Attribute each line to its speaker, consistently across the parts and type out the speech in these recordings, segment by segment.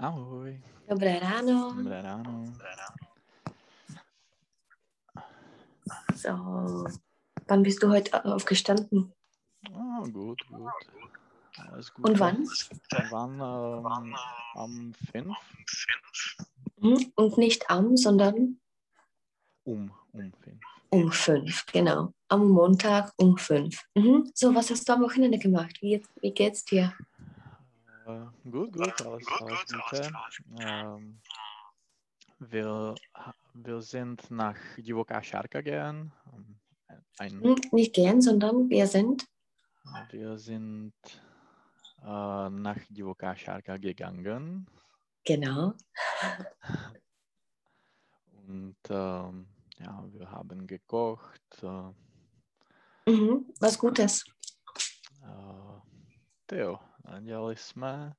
Speaker 1: Ah, Ahoj.
Speaker 2: Dobré ráno.
Speaker 1: Dobré ráno.
Speaker 2: So, wann bist du heute aufgestanden?
Speaker 1: Ah, gut, gut. Alles gut.
Speaker 2: Und wann?
Speaker 1: Wir waren ähm, am 5
Speaker 2: Hm? Und nicht am, sondern
Speaker 1: um, um 5.
Speaker 2: um fünf, genau. Am Montag um fünf. Mhm. So, was hast du am Wochenende gemacht? Wie, jetzt, wie geht's dir?
Speaker 1: Äh, gut, gut, alles, alles Gute. Ähm, wir, ha- wir sind nach Divoka Sharka gegangen. Ähm, Ein,
Speaker 2: Hm? Nicht gern, sondern wir sind.
Speaker 1: wir sind äh, nach Divoka Sharka gegangen.
Speaker 2: Genau.
Speaker 1: Und ähm, ja, wir haben gekocht, äh,
Speaker 2: Mhm. Was Gutes.
Speaker 1: äh, Tyjo, a dělali jsme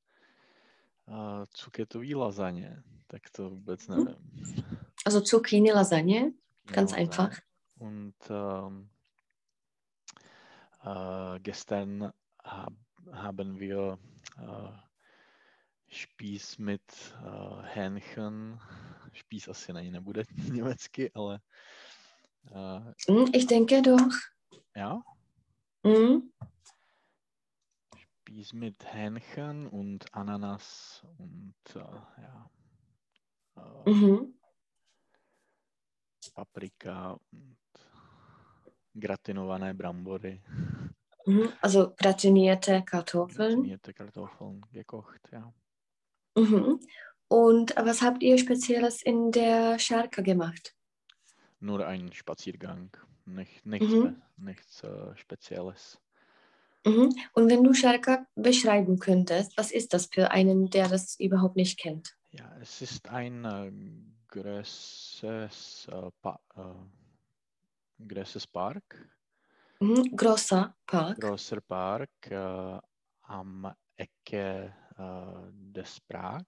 Speaker 1: uh, cuketový lazaně, tak to vůbec
Speaker 2: Mhm.
Speaker 1: nevím.
Speaker 2: Also Zucchini Lasagne, ganz
Speaker 1: Lasagne.
Speaker 2: einfach.
Speaker 1: Und ähm, äh, gestern hab, haben wir äh, Spieß mit äh, Hähnchen. Spieß asi není nebude německy, ale äh,
Speaker 2: Hm? Ich denke doch.
Speaker 1: ja,
Speaker 2: Hm?
Speaker 1: Spieß mit Hähnchen und Ananas und äh, ja, äh,
Speaker 2: Mhm.
Speaker 1: Paprika und gratinované brambory,
Speaker 2: Mhm. Also gratinierte Kartoffeln.
Speaker 1: gratinierte Kartoffeln gekocht, ja.
Speaker 2: Mhm. Und äh, was habt ihr Spezielles in der Scharka gemacht?
Speaker 1: Nur ein Spaziergang, nicht, nichts,
Speaker 2: Mhm.
Speaker 1: mehr, nichts äh, Spezielles.
Speaker 2: Mhm. Und wenn du Scharka beschreiben könntest, was ist das für einen, der das überhaupt nicht kennt?
Speaker 1: Ja, es ist ein äh, größeres, äh, pa äh, größeres Park.
Speaker 2: Mhm. Großer Park.
Speaker 1: großer Park äh, am Ecke äh, des Prag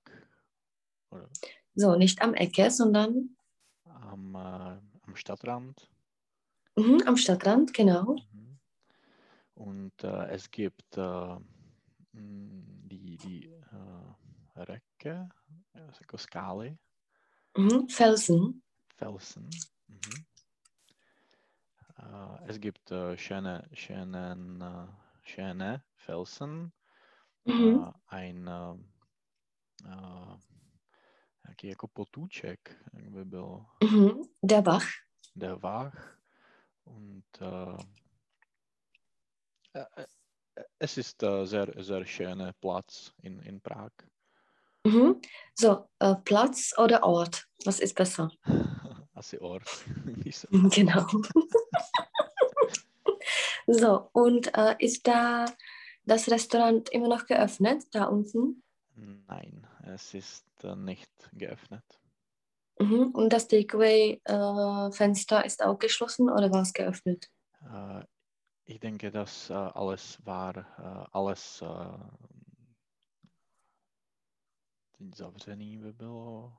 Speaker 1: oder
Speaker 2: So, nicht am Ecke, sondern
Speaker 1: am, äh, am Stadtrand.
Speaker 2: mhm. am Stadtrand, genau.
Speaker 1: Mhm. Und äh, es gibt äh, m, die, die äh, Röcke, also Skali,
Speaker 2: Mhm. Felsen.
Speaker 1: Felsen. Mhm. Äh, es gibt äh, schöne, schönen, äh, schöne Felsen.
Speaker 2: Mhm.
Speaker 1: a- ein a, a, nějaký jako potůček, jak by byl
Speaker 2: Mhm. Der Bach.
Speaker 1: der Wach und a, e- e- e- es ist a sehr, sehr schöner Platz in, in Prag.
Speaker 2: Mhm. So, äh, Platz oder Ort? Was ist besser?
Speaker 1: Asi Ort. když se-
Speaker 2: Mhm, Genau. so, und äh, ist da das Restaurant immer noch geöffnet, da unten?
Speaker 1: Nein, es ist äh, nicht geöffnet.
Speaker 2: Mhm. Und das Takeaway-Fenster ist auch geschlossen oder war es geöffnet?
Speaker 1: Äh, Ich denke, das äh, alles war äh, alles äh, teď zavřený by bylo.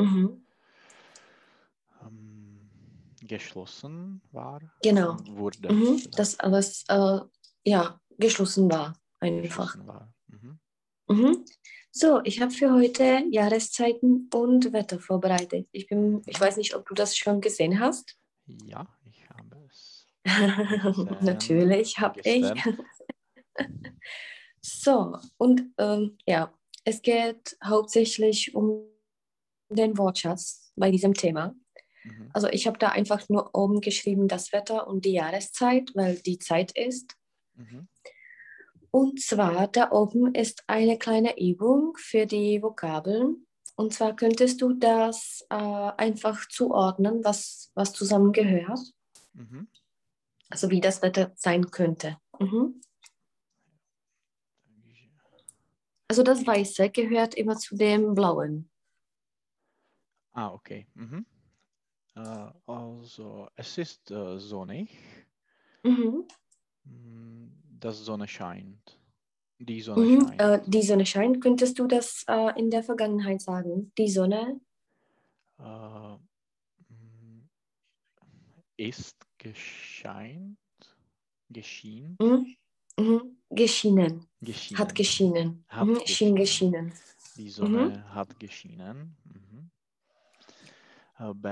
Speaker 2: Mhm.
Speaker 1: ähm, geschlossen war.
Speaker 2: Genau.
Speaker 1: Wurde.
Speaker 2: Mhm.
Speaker 1: genau,
Speaker 2: Das alles äh, ja, geschlossen war einfach.
Speaker 1: geschlossen war. Mhm.
Speaker 2: Mhm. So, ich habe für heute Jahreszeiten und Wetter vorbereitet. Ich, bin, ich weiß nicht, ob du das schon gesehen hast.
Speaker 1: Ja, ich habe es.
Speaker 2: Natürlich habe ich.
Speaker 1: gestern.
Speaker 2: So, und ähm, ja, es geht hauptsächlich um den Wortschatz bei diesem Thema.
Speaker 1: Mhm.
Speaker 2: Also ich habe da einfach nur oben geschrieben das Wetter und die Jahreszeit, weil die Zeit ist.
Speaker 1: Mhm.
Speaker 2: Und zwar da oben ist eine kleine Übung für die Vokabeln. Und zwar könntest du das äh, einfach zuordnen, was, was zusammengehört,
Speaker 1: Mhm.
Speaker 2: also wie das Wetter sein könnte. Mhm.
Speaker 1: Takže
Speaker 2: Also das Weiße gehört immer zu dem Blauen.
Speaker 1: Ah, okay. Mhm. Äh, also, es ist äh, sonnig.
Speaker 2: Mhm.
Speaker 1: Mm, Das Sonne scheint. Die Sonne
Speaker 2: Mhm.
Speaker 1: scheint.
Speaker 2: Äh, die Sonne scheint, könntest du das äh, in der Vergangenheit sagen? Die Sonne
Speaker 1: Äh, mm, ist gescheint. Geschehen.
Speaker 2: mhm. Mhm. geschienen,
Speaker 1: Geschienen.
Speaker 2: hat geschienen,
Speaker 1: Genau. Hat
Speaker 2: mhm. schien
Speaker 1: geschienen.
Speaker 2: geschienen.
Speaker 1: Die Sonne hat geschienen. Mhm. A B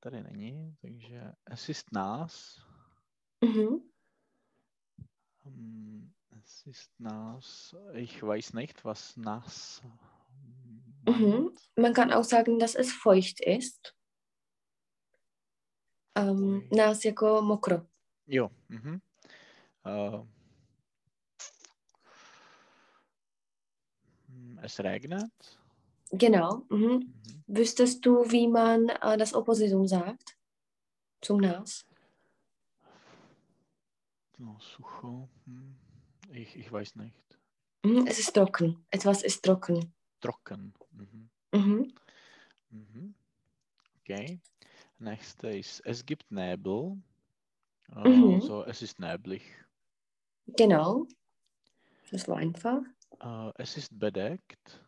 Speaker 1: tady není, takže es ist nás.
Speaker 2: Mhm.
Speaker 1: Hm, Es ist nás. Ich weiß nicht, was nás meint.
Speaker 2: Mhm. Man kann auch sagen, dass es feucht ist. Ähm, Um,
Speaker 1: Feucht.
Speaker 2: nás jako mokro.
Speaker 1: Jo. Mhm. Äh, hm, es regnet.
Speaker 2: Genau. Mhm.
Speaker 1: Mhm.
Speaker 2: Wüsstest du, wie man äh, das Oppositum sagt? Zum Nas?
Speaker 1: No, sucho. Hm. Ich, ich weiß nicht.
Speaker 2: Mhm. Es ist trocken. Etwas ist trocken.
Speaker 1: Trocken. Mhm.
Speaker 2: Mhm.
Speaker 1: Mhm. Okay. Nächste ist, es gibt Nebel. Äh,
Speaker 2: Mhm.
Speaker 1: Also es ist neblig.
Speaker 2: Genau. Das war einfach.
Speaker 1: Äh, es ist bedeckt.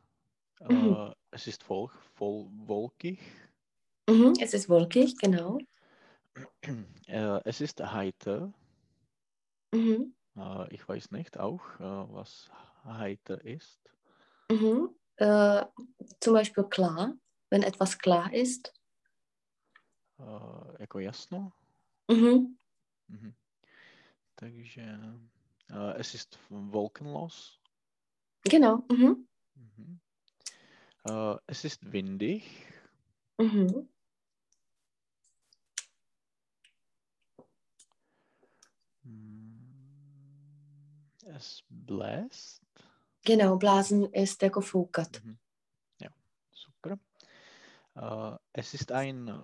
Speaker 2: Mhm.
Speaker 1: Äh, es ist voll, voll wolkig.
Speaker 2: Mhm. Es ist wolkig, genau.
Speaker 1: äh, es ist heiter.
Speaker 2: Mhm.
Speaker 1: Äh, ich weiß nicht auch, äh, was heiter ist.
Speaker 2: Mhm. Äh, zum Beispiel klar, wenn etwas klar ist.
Speaker 1: Äh, jako jasno.
Speaker 2: Mhm.
Speaker 1: Mhm. Takže äh, es ist wolkenlos.
Speaker 2: Genau. Mhm.
Speaker 1: Mhm. Äh, es ist windig.
Speaker 2: Mhm.
Speaker 1: Mm, Es bläst.
Speaker 2: Genau, blasen ist jako foukat.
Speaker 1: Mhm. Ja, super. Äh, es ist ein äh,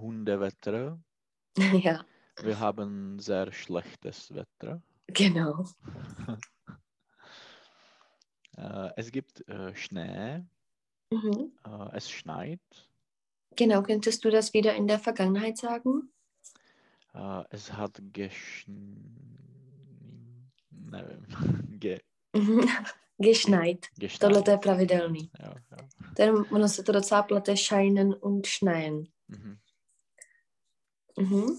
Speaker 1: Hundewetter.
Speaker 2: ja,
Speaker 1: Wir haben sehr schlechtes Wetter.
Speaker 2: genau.
Speaker 1: Äh, es gibt äh, Schnee.
Speaker 2: Mhm.
Speaker 1: Äh, es schneit.
Speaker 2: Genau, könntest du das wieder in der Vergangenheit sagen?
Speaker 1: Äh, es hat geschn... Nevím. Ge,
Speaker 2: Mhm. Geschneit.
Speaker 1: geschneit.
Speaker 2: Tohle to je pravidelný.
Speaker 1: Jo, jo.
Speaker 2: To je- Ono se to docela plete scheinen und schneien.
Speaker 1: Mhm.
Speaker 2: Mhm.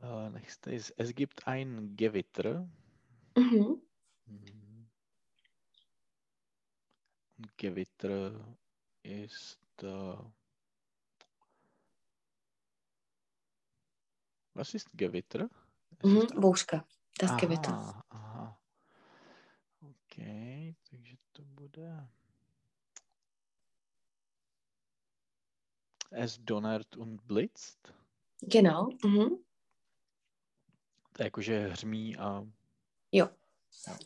Speaker 1: Äh, nächste ist, es gibt ein Gewitter.
Speaker 2: Mhm.
Speaker 1: Mhm. Und Gewitter ist. Äh, was ist Gewitter? Es
Speaker 2: Mhm.
Speaker 1: ist-
Speaker 2: Bouřka. Das Gewitter.
Speaker 1: Aha, aha. Okay, takže to bude. Es donnert und blitzt.
Speaker 2: Genau. Mhm.
Speaker 1: To je jako, že hřmí a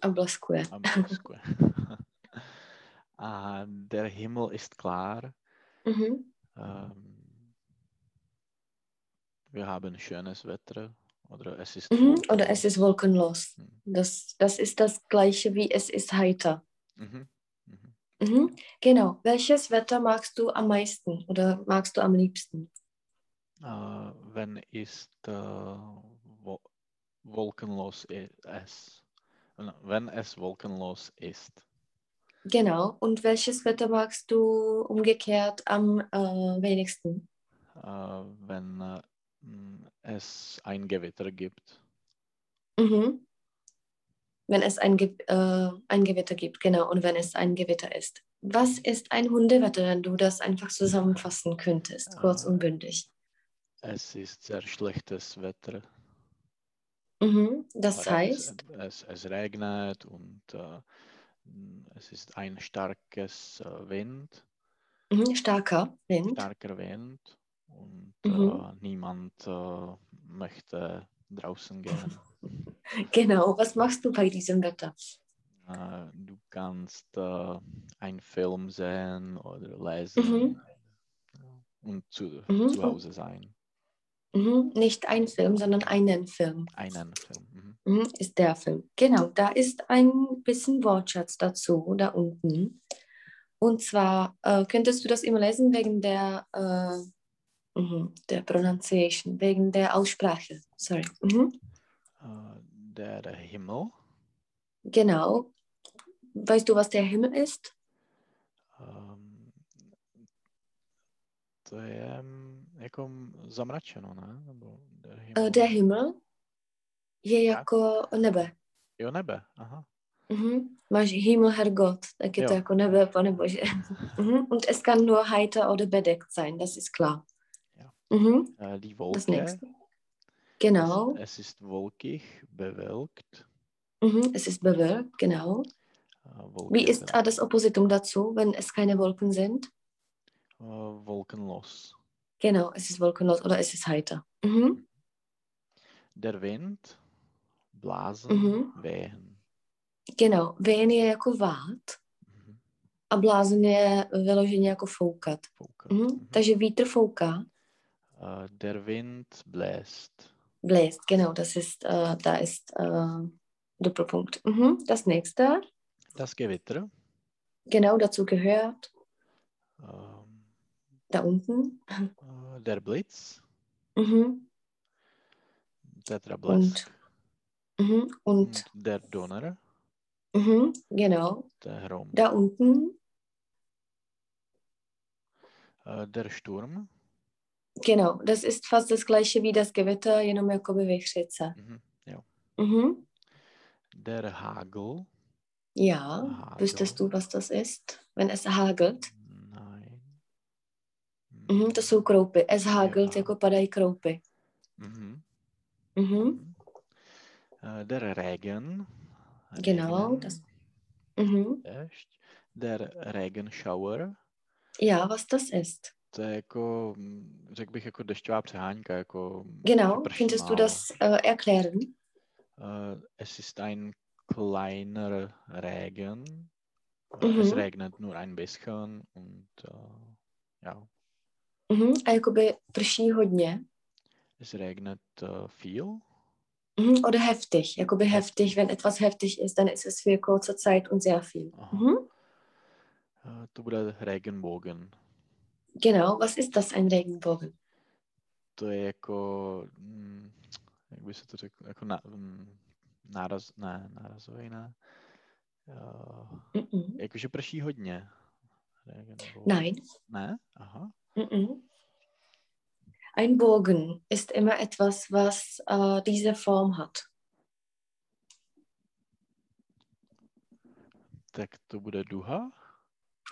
Speaker 2: A bleskuje.
Speaker 1: a bleskuje. A der Himmel ist klar.
Speaker 2: Mhm.
Speaker 1: Ähm, wir haben schönes Wetter oder es ist.
Speaker 2: Mhm.
Speaker 1: wohl-
Speaker 2: Oder es ist wolkenlos.
Speaker 1: Mhm.
Speaker 2: Das, das ist das gleiche wie es ist heiter.
Speaker 1: Mhm. Mhm.
Speaker 2: Mhm. Genau. Welches Wetter magst du am meisten oder magst du am liebsten?
Speaker 1: Äh, wenn ist äh, wo, wolkenlos i- es. Wenn es wolkenlos ist.
Speaker 2: Genau. Und welches Wetter magst du umgekehrt am äh, wenigsten?
Speaker 1: Äh, wenn äh, m, es ein Gewitter gibt.
Speaker 2: Mhm. Wenn es ein, Ge äh, ein Gewitter gibt, genau. Und wenn es ein Gewitter ist. Was ist ein Hundewetter, wenn du das einfach zusammenfassen könntest, kurz
Speaker 1: Äh.
Speaker 2: und bündig?
Speaker 1: Es ist sehr schlechtes Wetter.
Speaker 2: Mhm. Das
Speaker 1: Äh, es-
Speaker 2: heißt,
Speaker 1: Es, es regnet und äh, m, es ist ein starkes äh, Wind,
Speaker 2: mhm, starker Wind.
Speaker 1: starker Wind und
Speaker 2: Mhm.
Speaker 1: äh, niemand äh, möchte draußen gehen.
Speaker 2: Genau. Was machst du bei diesem Wetter?
Speaker 1: Äh, du kannst äh, einen Film sehen oder lesen
Speaker 2: Mhm.
Speaker 1: ja, und zu,
Speaker 2: Mhm.
Speaker 1: zu Hause sein.
Speaker 2: Mhm. Nicht ein Film, sondern einen Film.
Speaker 1: Einen Film. Mhm.
Speaker 2: Mhm, Ist der Film. Genau, da ist ein bisschen Wortschatz dazu, da unten. Und zwar, äh, könntest du das immer lesen wegen der, äh, mhm, der Pronunciation, wegen der Aussprache. Sorry. Mhm.
Speaker 1: Äh, der Himmel.
Speaker 2: Genau. Weißt du, was der Himmel ist?
Speaker 1: Um, to je mm, jako m- zamračeno, ne? Nebo der
Speaker 2: Äh,
Speaker 1: himmel.
Speaker 2: der Himmel je
Speaker 1: Tak.
Speaker 2: jako nebe.
Speaker 1: Jo, nebe, aha.
Speaker 2: Mhm. Máš Himmel, Herrgott, tak je
Speaker 1: Jo.
Speaker 2: to jako nebe, pane Bože. Mhm. Und es kann nur heiter oder bedeckt sein, das ist klar.
Speaker 1: Ja.
Speaker 2: Mhm.
Speaker 1: Äh, die
Speaker 2: Das
Speaker 1: Wolke.
Speaker 2: nächste. Genau.
Speaker 1: Es, es ist wolkig, bewölkt.
Speaker 2: Mhm. Es ist bewölkt, genau.
Speaker 1: Äh, Wolke,
Speaker 2: Wie ist
Speaker 1: bewölkt.
Speaker 2: da das Oppositum dazu, wenn es keine Wolken sind?
Speaker 1: Äh, wolkenlos.
Speaker 2: Genau, es ist wolkenlos oder es ist heiter. Mhm.
Speaker 1: Der Wind. Blasen,
Speaker 2: Mhm.
Speaker 1: wehen.
Speaker 2: Genau, vén je jako vát
Speaker 1: Mhm.
Speaker 2: a blázen je vyloženě jako foukat.
Speaker 1: Fouken.
Speaker 2: Mhm.
Speaker 1: Mhm.
Speaker 2: Takže vítr fouká,
Speaker 1: Äh, der Wind bläst.
Speaker 2: bläst, genau, das ist, äh, da ist äh, Doppelpunkt. Mhm. Das nächste,
Speaker 1: Das Gewitter.
Speaker 2: genau dazu gehört,
Speaker 1: Ähm,
Speaker 2: da unten.
Speaker 1: äh, der Blitz.
Speaker 2: Mhm.
Speaker 1: Tetrablast.
Speaker 2: Mhm. Und,
Speaker 1: Und Mm, der Donner.
Speaker 2: mhm. genau,
Speaker 1: Der Herum.
Speaker 2: da unten,
Speaker 1: Äh, der Sturm.
Speaker 2: genau, das ist fast das gleiche wie das Gewitter, jenom jakoby vychřice.
Speaker 1: Mhm. Ja.
Speaker 2: Mhm.
Speaker 1: Der Hagel.
Speaker 2: Ja, Oh,
Speaker 1: Hagel.
Speaker 2: wüsstest du, was das ist, wenn es hagelt?
Speaker 1: Nein.
Speaker 2: Mhm, to jsou kroupy. Es hagelt,
Speaker 1: Jo.
Speaker 2: jako padají kroupy.
Speaker 1: Mhm.
Speaker 2: Mhm.
Speaker 1: Mhm. Äh, der Regen.
Speaker 2: Genau,
Speaker 1: Regnen,
Speaker 2: das- Mhm.
Speaker 1: Dešť. Der Regenschauer.
Speaker 2: Já, was das ist.
Speaker 1: To je jako, mm, řekl bych, jako dešťová přehánka, jako mm, že
Speaker 2: Genau,
Speaker 1: prší
Speaker 2: könntest du
Speaker 1: málo.
Speaker 2: das äh, erklären?
Speaker 1: Äh, es ist ein kleiner Regen. Äh, Es
Speaker 2: Mhm.
Speaker 1: regnet nur ein bisschen und äh, ja,
Speaker 2: Mhm. A jakoby prší hodně.
Speaker 1: es regnet äh, viel.
Speaker 2: Mhm. Oder heftig. Jakoby heftig, wenn etwas heftig ist, dann ist es für kurze Zeit und sehr viel.
Speaker 1: Aha.
Speaker 2: Mhm.
Speaker 1: Äh, to bude Regenbogen.
Speaker 2: Genau, was ist das, ein Regenbogen?
Speaker 1: To je jako, mm, jak by se to řeklo, jako na, mm, náraz, ne, nárazový, ne. Uh,
Speaker 2: Mhm.
Speaker 1: jakože prší hodně. Regenbogen.
Speaker 2: Nein.
Speaker 1: Ne? Aha.
Speaker 2: Mhm. Ein Bogen ist immer etwas, was äh, diese Form hat.
Speaker 1: Tak to bude duha.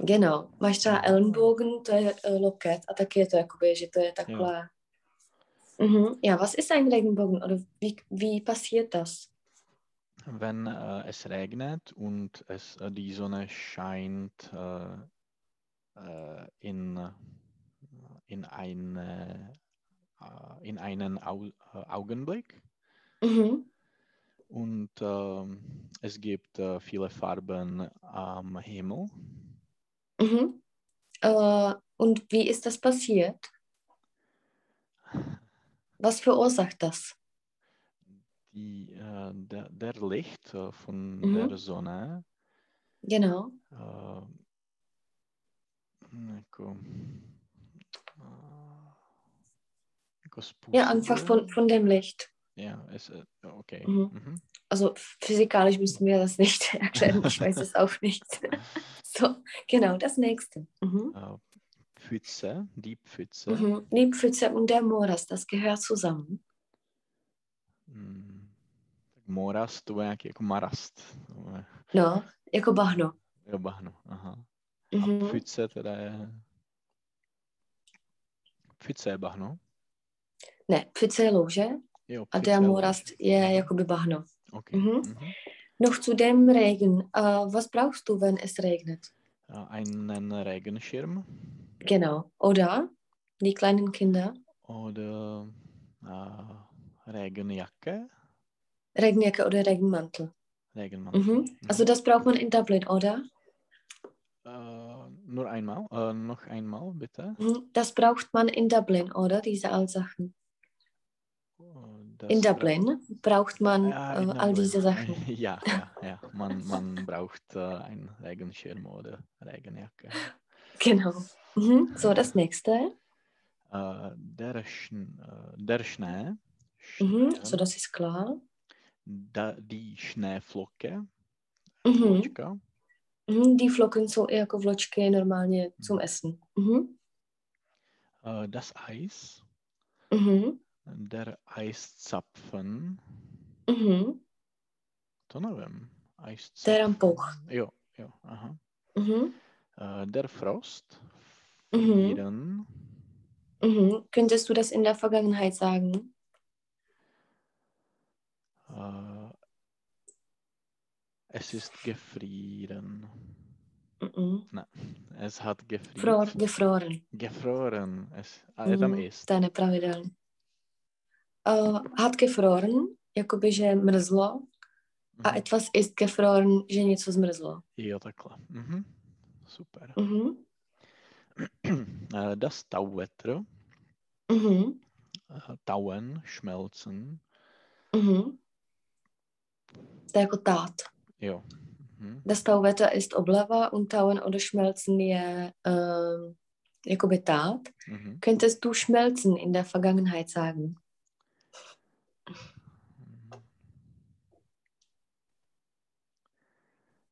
Speaker 2: Genau, máš třeba Ellenbogen, to je uh, loket a taky je to jakoby, že to je takhle. Mhm. Ja, was ist ein Regenbogen? Oder wie, wie passiert das?
Speaker 1: Wenn äh, es regnet und es, äh, die Sonne scheint äh, äh, in, in, eine, äh, in einen Au äh, Augenblick
Speaker 2: Mhm.
Speaker 1: und ähm, es gibt äh, viele Farben am Himmel.
Speaker 2: Mhm. Äh, und wie ist das passiert? Was verursacht das?
Speaker 1: Die, äh, der, der Licht äh, von
Speaker 2: Mhm.
Speaker 1: der Sonne
Speaker 2: Genau.
Speaker 1: äh, jako, äh, jako
Speaker 2: Ja, einfach
Speaker 1: způsobuje-
Speaker 2: von, von dem Licht.
Speaker 1: Ja, es, äh, okay.
Speaker 2: Mhm.
Speaker 1: Mhm.
Speaker 2: Also physikalisch müssen wir das nicht erklären. Ich weiß es auch nicht. So, genau, das nächste. Mhm.
Speaker 1: Äh, Pfütze, die Pfütze.
Speaker 2: Mhm. Liebpfütze und der Moras, das gehört zusammen.
Speaker 1: Mm. Tak morast, to bude nějaký jako marast. To bude-
Speaker 2: No, jako bahno.
Speaker 1: Jo, bahno. Aha. A
Speaker 2: Mhm.
Speaker 1: pfütze teda je... Pfütze je bahno.
Speaker 2: Ne, pfütze je louže
Speaker 1: Jo,
Speaker 2: a
Speaker 1: pfütze
Speaker 2: der
Speaker 1: je
Speaker 2: Moras
Speaker 1: louž.
Speaker 2: je
Speaker 1: Mhm.
Speaker 2: jakoby bahno.
Speaker 1: Okay.
Speaker 2: Mhm.
Speaker 1: Mhm.
Speaker 2: Noch zu dem Regen. Äh, was brauchst du, wenn es regnet?
Speaker 1: Äh, Einen Regenschirm
Speaker 2: Genau. Oder die kleinen Kinder.
Speaker 1: oder äh, Regenjacke.
Speaker 2: Regenjacke oder Regenmantel.
Speaker 1: Regenmantel.
Speaker 2: Mhm. Also das braucht man in Dublin, oder?
Speaker 1: äh, nur einmal, äh, noch einmal bitte.
Speaker 2: Mhm. Das braucht man in Dublin, oder? Diese all Sachen.
Speaker 1: Äh,
Speaker 2: In
Speaker 1: das-
Speaker 2: Dublin ne? braucht man
Speaker 1: Ja,
Speaker 2: äh,
Speaker 1: in
Speaker 2: all
Speaker 1: Dublin. Mhm.
Speaker 2: diese Sachen.
Speaker 1: Ja, ja, ja. Man, man braucht äh, einen Regenschirm oder Regenjacke.
Speaker 2: Genau. Mhm. So, das nächste.
Speaker 1: Äh, der, Schn äh, der Schnee.
Speaker 2: Mhm.
Speaker 1: Schnee.
Speaker 2: So, das ist klar.
Speaker 1: da, die Schneeflocke.
Speaker 2: Mhm.
Speaker 1: Fločka.
Speaker 2: Mhm. Die Flocken so eher jako vločky normálně zum Essen. Mhm.
Speaker 1: Äh, das Eis.
Speaker 2: Mhm.
Speaker 1: Der Eiszapfen.
Speaker 2: Mhm.
Speaker 1: To nevím. heißt
Speaker 2: Der am Bauch.
Speaker 1: Jo, jo, aha.
Speaker 2: Mhm.
Speaker 1: Äh, der Frost.
Speaker 2: Mhm.
Speaker 1: Frieren.
Speaker 2: Mhm. Könntest du das in der Vergangenheit sagen?
Speaker 1: Äh, es ist gefrieren.
Speaker 2: Mhm.
Speaker 1: Nein, es hat gefriert.
Speaker 2: Fror gefroren.
Speaker 1: Gefroren. Es, eh, a je tam
Speaker 2: Mhm.
Speaker 1: ist.
Speaker 2: To je nepravidelné. Uh, hat gefroren, jakoby, že mrzlo. A
Speaker 1: Mhm.
Speaker 2: etwas ist gefroren, že něco zmrzlo.
Speaker 1: Jo, takhle. Mhm. Super.
Speaker 2: Mhm.
Speaker 1: Äh, Das Tauwetter,
Speaker 2: Mhm.
Speaker 1: äh, tauen, schmelzen,
Speaker 2: Mhm. To je jako tát.
Speaker 1: jo. Mhm.
Speaker 2: Das Tauwetter ist oblava und Tauen oder Schmelzen je ähm, jakoby tát.
Speaker 1: Mhm.
Speaker 2: Könntest du Schmelzen in der Vergangenheit sagen?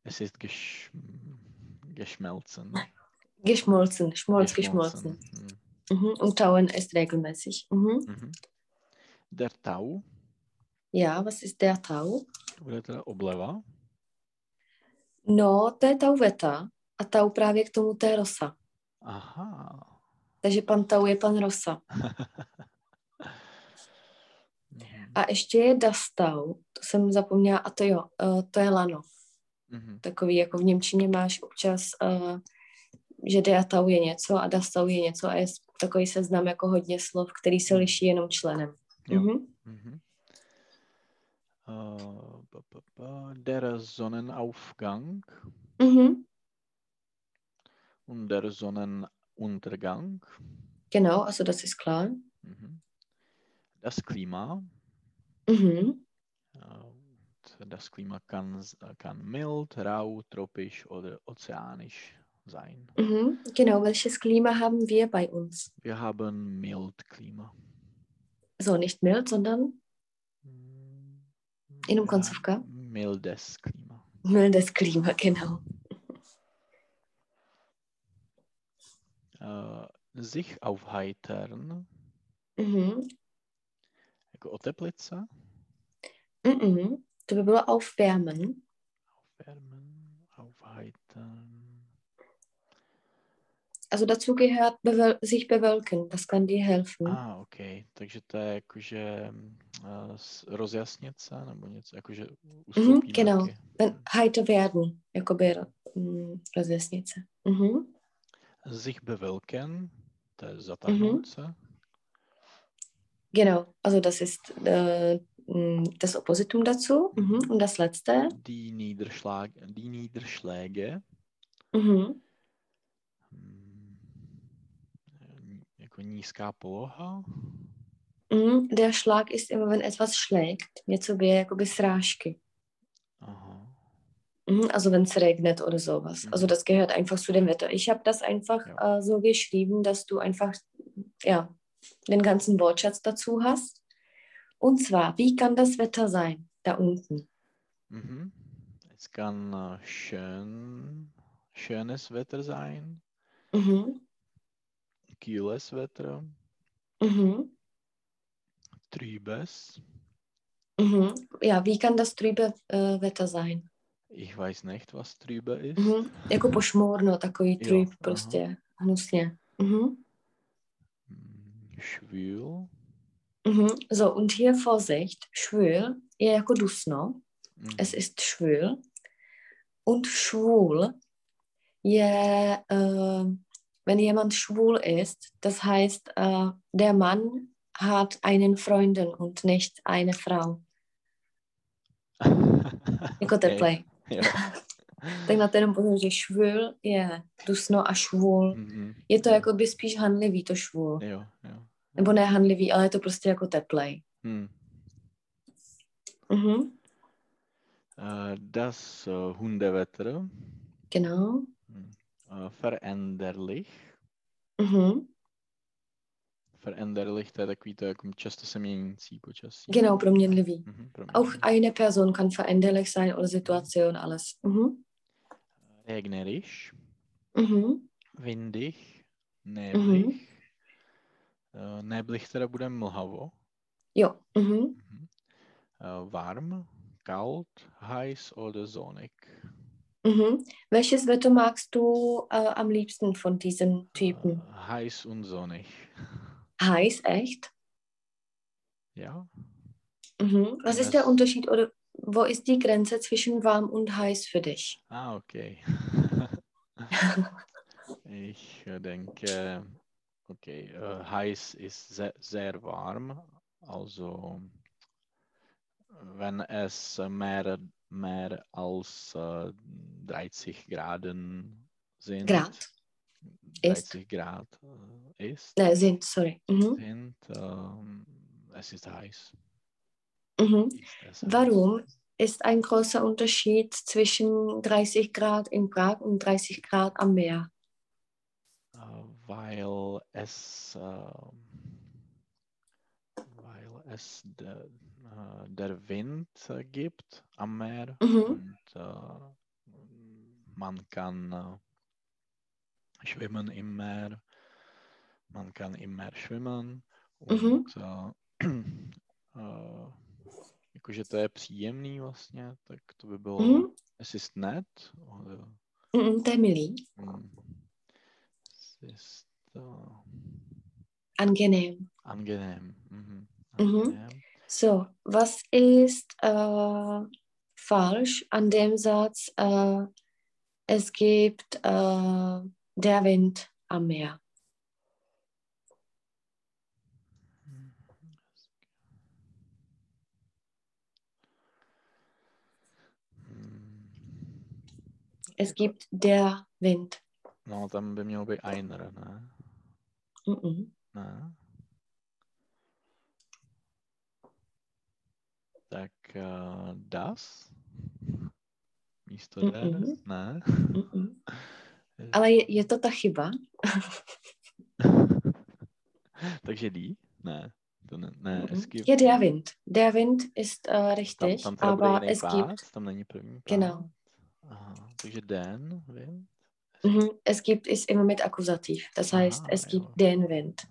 Speaker 1: Es ist gesch geschmelzen.
Speaker 2: Geschmolzen, Schmolz geschmolzen. Mhm. Und Tauen ist regelmäßig. Mhm.
Speaker 1: Mhm. Mhm. Der Tau
Speaker 2: Ja, was ist der Tau?
Speaker 1: bude teda obleva.
Speaker 2: No, to je Tauwetter. A Tau právě k tomu to je Rosa.
Speaker 1: Aha.
Speaker 2: Takže pan Tau je pan Rosa.
Speaker 1: Mhm.
Speaker 2: A ještě je Das Tau, to jsem zapomněla, a to jo, eh, to je lano.
Speaker 1: Mhm.
Speaker 2: Takový, jako v Němčině máš občas, eh, že Der Tau je něco a Das Tau je něco a je takový seznam jako hodně slov, který se liší jenom členem.
Speaker 1: Hmm. Jo.
Speaker 2: Mhm.
Speaker 1: Mhm. Äh, ba, ba, ba. Der Sonnenaufgang
Speaker 2: Mhm.
Speaker 1: und der Sonnenuntergang.
Speaker 2: Genau, also das ist klar.
Speaker 1: Mhm. Das Klima.
Speaker 2: Mhm.
Speaker 1: Äh, und Das Klima kann, s- äh, kann mild, rau, tropisch oder ozeanisch sein.
Speaker 2: Mhm. Genau, welches Klima haben wir bei uns?
Speaker 1: Wir haben mild Klima.
Speaker 2: So, nicht mild, sondern
Speaker 1: Mm,
Speaker 2: Jenom
Speaker 1: wir
Speaker 2: koncovka?
Speaker 1: haben Mildes Klima.
Speaker 2: mildes Klima, genau.
Speaker 1: Äh, Sich aufheitern,
Speaker 2: Mhm.
Speaker 1: jako oteplit se,
Speaker 2: Mhm. To by bylo aufwärmen.
Speaker 1: aufwärmen, aufheitern.
Speaker 2: Also dazu gehört bewöl sich bewölken, das kann dir helfen.
Speaker 1: A, ah, OK. Takže to je jakože mm, eh, s- rozjasnit se, nebo něco, jakože ustoupíme.
Speaker 2: Mhm, genau.
Speaker 1: taky.
Speaker 2: Ten heiter werden, jakoby mm, rozjasnit se. Mhm.
Speaker 1: Sich bewilken, to je zatáhnout
Speaker 2: Mhm.
Speaker 1: se.
Speaker 2: Genau, also das ist äh, mm, das Oppositum dazu. Mhm. Und das letzte.
Speaker 1: Die, Niederschlag, die Niederschläge,
Speaker 2: Mhm.
Speaker 1: mm, eh, jako nízká poloha.
Speaker 2: Mhm. Der Schlag ist immer, wenn etwas schlägt. Něco bije jakoby srážky.
Speaker 1: Aha.
Speaker 2: Mhm, Also wenn es regnet oder sowas.
Speaker 1: Mhm.
Speaker 2: Also das gehört einfach zu dem Wetter. Ich habe das einfach
Speaker 1: Ja.
Speaker 2: äh, so geschrieben, dass du einfach ja, den ganzen Wortschatz dazu hast. Und zwar, wie kann das Wetter sein da unten?
Speaker 1: Mhm. Es kann eh, schön, schönes Wetter sein,
Speaker 2: Mhm,
Speaker 1: kühles Wetter,
Speaker 2: mhm,
Speaker 1: trübes.
Speaker 2: mhm. Ja, wie kann das trübe äh, Wetter sein?
Speaker 1: Ich weiß nicht, was trübe ist.
Speaker 2: Mhm. Jako pošmurno, takový
Speaker 1: Jo,
Speaker 2: trüb
Speaker 1: aha.
Speaker 2: prostě, hnusně. Mhm.
Speaker 1: Mm, Schwül.
Speaker 2: Mhm. So, und hier Vorsicht, schwül je jako dusno.
Speaker 1: Mhm.
Speaker 2: es ist schwül. Und schwul je, äh, wenn jemand schwul ist, das heißt, äh, der Mann hat einen Freundin und nicht eine Frau. Jako
Speaker 1: Ok,
Speaker 2: teplej.
Speaker 1: jo.
Speaker 2: Tak na to jenom pozor, že švul je dusno a švul.
Speaker 1: Mhm.
Speaker 2: Je to
Speaker 1: Jo,
Speaker 2: jakoby spíš hanlivý to švul.
Speaker 1: Jo, jo.
Speaker 2: Nebo ne hanlivý, ale je to prostě jako teplej.
Speaker 1: Hm.
Speaker 2: Mhm.
Speaker 1: Äh, Das äh, Hundewetter
Speaker 2: Genau.
Speaker 1: äh, veränderlich.
Speaker 2: Mhm.
Speaker 1: Veränderlich, to je takový to jako často se měnící počasí.
Speaker 2: Genau, proměnlivý.
Speaker 1: Mhm,
Speaker 2: Auch
Speaker 1: proměnlivý.
Speaker 2: eine Person kann veränderlich sein oder Situation, alles. Mhm.
Speaker 1: Regnerisch,
Speaker 2: Mhm.
Speaker 1: windig, neblich. Äh, Neblich teda bude mlhavo.
Speaker 2: Jo. Mhm.
Speaker 1: Mhm. Äh, Warm, kalt, heiß oder sonnig?
Speaker 2: Mhm. Welches Wetter magst du äh, am liebsten von diesen Typen?
Speaker 1: Äh, heiß und sonnig.
Speaker 2: Heiß, echt?
Speaker 1: Ja.
Speaker 2: Mhm. Was ist
Speaker 1: Das-
Speaker 2: der Unterschied oder wo ist die Grenze zwischen warm und heiß für dich?
Speaker 1: Ah, okay. ich äh, denke, okay, äh, heiß ist sehr, sehr warm. Also, wenn es äh, mehr, mehr als äh, 30 Grad sind,
Speaker 2: Grad. Ist.
Speaker 1: 30 Grad äh, ist,
Speaker 2: Nein, sind, sorry. Mhm.
Speaker 1: sind ähm, es ist heiß.
Speaker 2: Mhm.
Speaker 1: Ist es heiß.
Speaker 2: Warum ist ein großer Unterschied zwischen 30 Grad in Prag und 30 Grad am Meer?
Speaker 1: Äh, weil es, um, äh, weil es de, äh, der Wind äh, gibt am Meer
Speaker 2: Mhm.
Speaker 1: und äh, man kann äh, schwimmen im Meer, man kann im Meer schwimmen
Speaker 2: Mhm.
Speaker 1: und äh, äh, uh, jakože to je příjemný vlastně, tak to by bylo, uh,
Speaker 2: Mhm.
Speaker 1: es ist nett oder
Speaker 2: Mhm, der Millie.
Speaker 1: hm, es ist äh,
Speaker 2: Angenehm.
Speaker 1: Angenehm. Mhm.
Speaker 2: Mhm.
Speaker 1: Angenehm.
Speaker 2: So, was ist äh, falsch an dem Satz, äh, es gibt äh, der Wind am Meer?
Speaker 1: Mhm. Hm.
Speaker 2: Es gibt der Wind.
Speaker 1: No, tam by mělo být einer, ne?
Speaker 2: Mhm.
Speaker 1: ne? Tak eh, das? Místo
Speaker 2: Mhm.
Speaker 1: der? Ne?
Speaker 2: Mhm. Ale je, je to ta chyba?
Speaker 1: Takže dí? Ne. To ne, ne es
Speaker 2: Mhm.
Speaker 1: gibt,
Speaker 2: Ja, der Wind. Der Wind ist äh, richtig,
Speaker 1: tam, tam teda
Speaker 2: aber
Speaker 1: bude jiný
Speaker 2: es
Speaker 1: pát,
Speaker 2: gibt,
Speaker 1: tam není první pát.
Speaker 2: genau.
Speaker 1: Aha, takže den, vím.
Speaker 2: Mhm. Es gibt ist immer mit Akkusativ. Das heißt,
Speaker 1: Aha,
Speaker 2: es gibt
Speaker 1: jo.
Speaker 2: den Wind.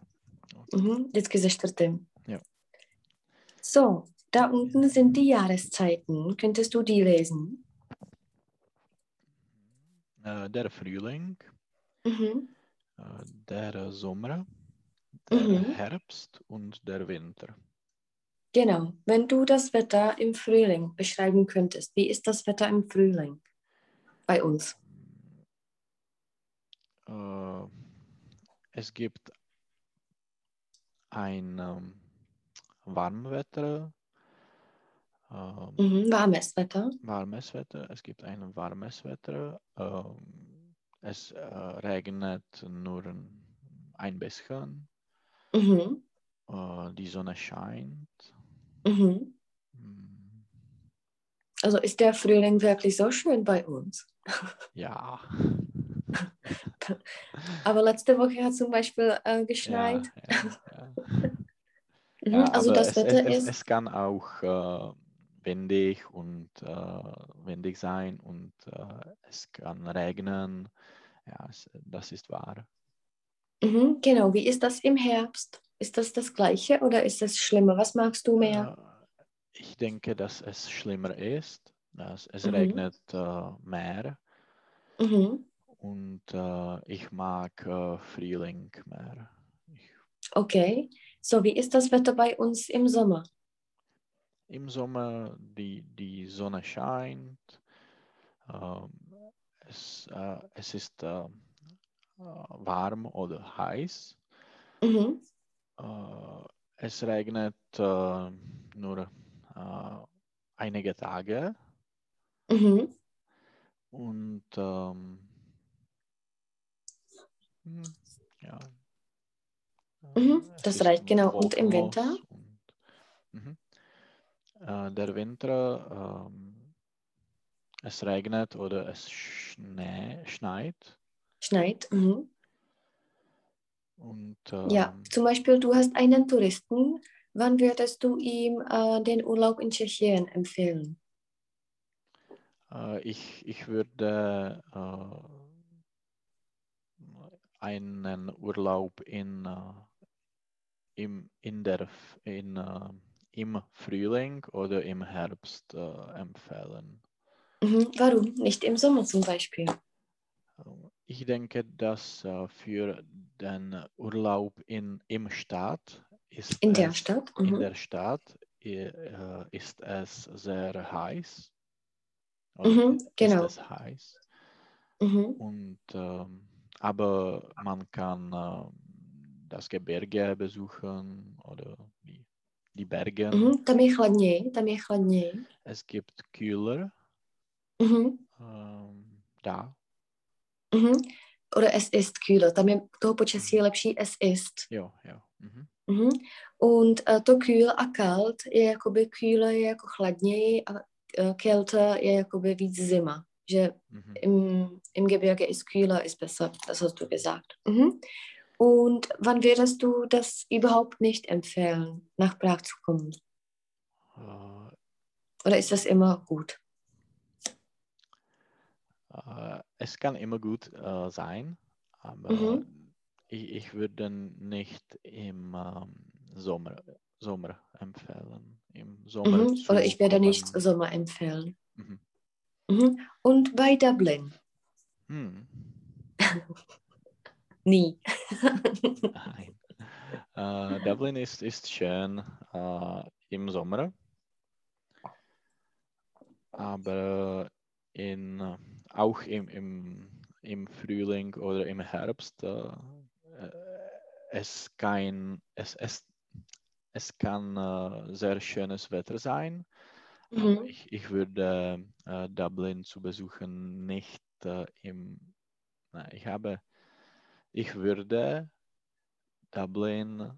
Speaker 2: Mhm. Vždycky ze čtvrtým.
Speaker 1: Jo.
Speaker 2: So, da unten sind die Jahreszeiten. Könntest du die lesen?
Speaker 1: Äh, der Frühling,
Speaker 2: Mhm.
Speaker 1: äh, der Sommer, der
Speaker 2: Mhm.
Speaker 1: Herbst und der Winter.
Speaker 2: Genau. Wenn du das Wetter im Frühling beschreiben könntest, wie ist das Wetter im Frühling bei uns?
Speaker 1: Äh, es gibt ein ähm, Warmwetter, ähm,
Speaker 2: Mhm. Warmes Wetter.
Speaker 1: warmes Wetter, es gibt ein warmes Wetter, ähm, es äh, regnet nur ein bisschen,
Speaker 2: Mhm.
Speaker 1: äh, die Sonne scheint.
Speaker 2: Mhm.
Speaker 1: Mm,
Speaker 2: Also ist der Frühling wirklich so schön bei uns?
Speaker 1: Ja.
Speaker 2: Aber letzte Woche hat zum Beispiel äh, geschneit.
Speaker 1: Ja, ja, ja.
Speaker 2: Mhm.
Speaker 1: Ja,
Speaker 2: also
Speaker 1: aber
Speaker 2: das
Speaker 1: es,
Speaker 2: Wetter
Speaker 1: es, es,
Speaker 2: ist.
Speaker 1: es kann auch äh, windig und äh, windig sein und äh, es kann regnen. Ja, es, das ist wahr.
Speaker 2: Mhm, genau, wie ist das im Herbst? Ist das das gleiche oder ist es schlimmer? Was magst du mehr?
Speaker 1: Äh, ich denke, dass es schlimmer ist. Dass es
Speaker 2: Mhm.
Speaker 1: regnet äh, mehr
Speaker 2: Mhm.
Speaker 1: und äh, ich mag äh, Frühling mehr. Ich,
Speaker 2: Okay, so wie ist das Wetter bei uns im Sommer?
Speaker 1: Im Sommer die, die Sonne scheint. Ähm, es, äh, es ist äh, äh, warm oder heiß.
Speaker 2: Mhm.
Speaker 1: Äh, es regnet äh, nur äh, einige Tage
Speaker 2: Mhm.
Speaker 1: und ähm, hm, ja. Äh,
Speaker 2: Mhm,
Speaker 1: es
Speaker 2: das
Speaker 1: ist
Speaker 2: reicht, genau. Und im
Speaker 1: wolkenlos
Speaker 2: Winter?
Speaker 1: und- mhm. Äh, der Winter, ähm, es regnet oder es schnee, schneit.
Speaker 2: Schneit. Mhm.
Speaker 1: Und,
Speaker 2: Ja,
Speaker 1: ähm,
Speaker 2: zum Beispiel, du hast einen Touristen. Wann würdest du ihm äh, den Urlaub in Tschechien empfehlen?
Speaker 1: Äh, ich, ich würde äh, einen Urlaub in, äh, im, in, der, F- in, äh, im Frühling oder im Herbst äh, empfehlen.
Speaker 2: Mhm. Warum? Nicht im Sommer zum Beispiel.
Speaker 1: Äh, Ich denke, dass äh, für den Urlaub in, im Staat ist
Speaker 2: In der
Speaker 1: es-
Speaker 2: Stadt?
Speaker 1: in
Speaker 2: Mhm.
Speaker 1: der Stadt i- äh, ist es sehr heiß.
Speaker 2: Mhm, genau.
Speaker 1: Ist es heiß.
Speaker 2: Mhm.
Speaker 1: Und, ähm, aber man kann ähm, das Gebirge besuchen oder die, die Berge.
Speaker 2: Mhm. Tam je chladněji, tam je chladněji.
Speaker 1: Es gibt kühler
Speaker 2: Mhm.
Speaker 1: ähm, da.
Speaker 2: Mhm. Oder es ist kühler, tam je toho počasí
Speaker 1: Mhm.
Speaker 2: je lepší es ist.
Speaker 1: Jo, jo. Mhm.
Speaker 2: Mhm. Und äh, to kühl a kalt je jakoby kühle je jako chladněji a äh, kälter je jakoby víc zima. Že
Speaker 1: Mhm.
Speaker 2: im, im Gebirge ist kühler, ist besser. Das hast du gesagt. Mhm. Und wann würdest du das überhaupt nicht empfehlen, nach Prag zu kommen?
Speaker 1: Äh,
Speaker 2: Oder ist das immer gut?
Speaker 1: Äh, es kann immer gut äh, sein, aber
Speaker 2: Mhm.
Speaker 1: ich, ich würde nicht im ähm, Sommer, Sommer empfehlen. Im Sommer
Speaker 2: Mhm.
Speaker 1: zu
Speaker 2: Oder ich werde nicht
Speaker 1: kommen.
Speaker 2: Sommer empfehlen.
Speaker 1: Mhm.
Speaker 2: Mhm. Und bei Dublin?
Speaker 1: Hm.
Speaker 2: Nie.
Speaker 1: Nein. Äh, Dublin ist, ist schön äh, im Sommer, aber in, auch im, im, im Frühling oder im Herbst äh, äh, es kein es, es, es kann äh, sehr schönes Wetter sein. Aber
Speaker 2: Mhm.
Speaker 1: Ich, ich würde äh, Dublin zu besuchen nicht äh, im. Nein, ich habe. Ich würde Dublin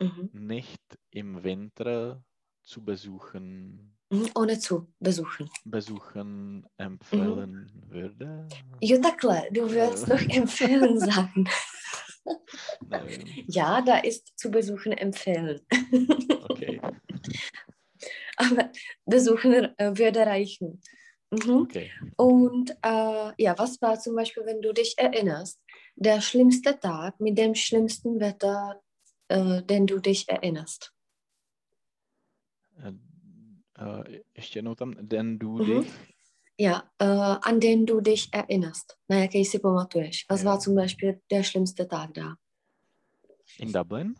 Speaker 2: Mhm.
Speaker 1: nicht im Winter zu besuchen,
Speaker 2: Mhm. Ohne zu besuchen.
Speaker 1: besuchen empfehlen
Speaker 2: Mhm.
Speaker 1: würde.
Speaker 2: Jo, takhle, du willst noch empfehlen sagen.
Speaker 1: Nein,
Speaker 2: Ja, da ist zu besuchen empfehlen.
Speaker 1: okay,
Speaker 2: Mhm. Aber besuchen äh, würde reichen. Mhm.
Speaker 1: okay.
Speaker 2: Und äh, ja, was war zum Beispiel, wenn du dich erinnerst, der schlimmste Tag mit dem schlimmsten Wetter, äh, den du dich erinnerst?
Speaker 1: Äh, äh, ještě jednou tam, den du
Speaker 2: Mhm.
Speaker 1: dich.
Speaker 2: Ja, äh, an den du dich erinnerst, na jaký si pamatuješ. Was
Speaker 1: Ja.
Speaker 2: war zum Beispiel der schlimmste Tag da?
Speaker 1: In Dublin?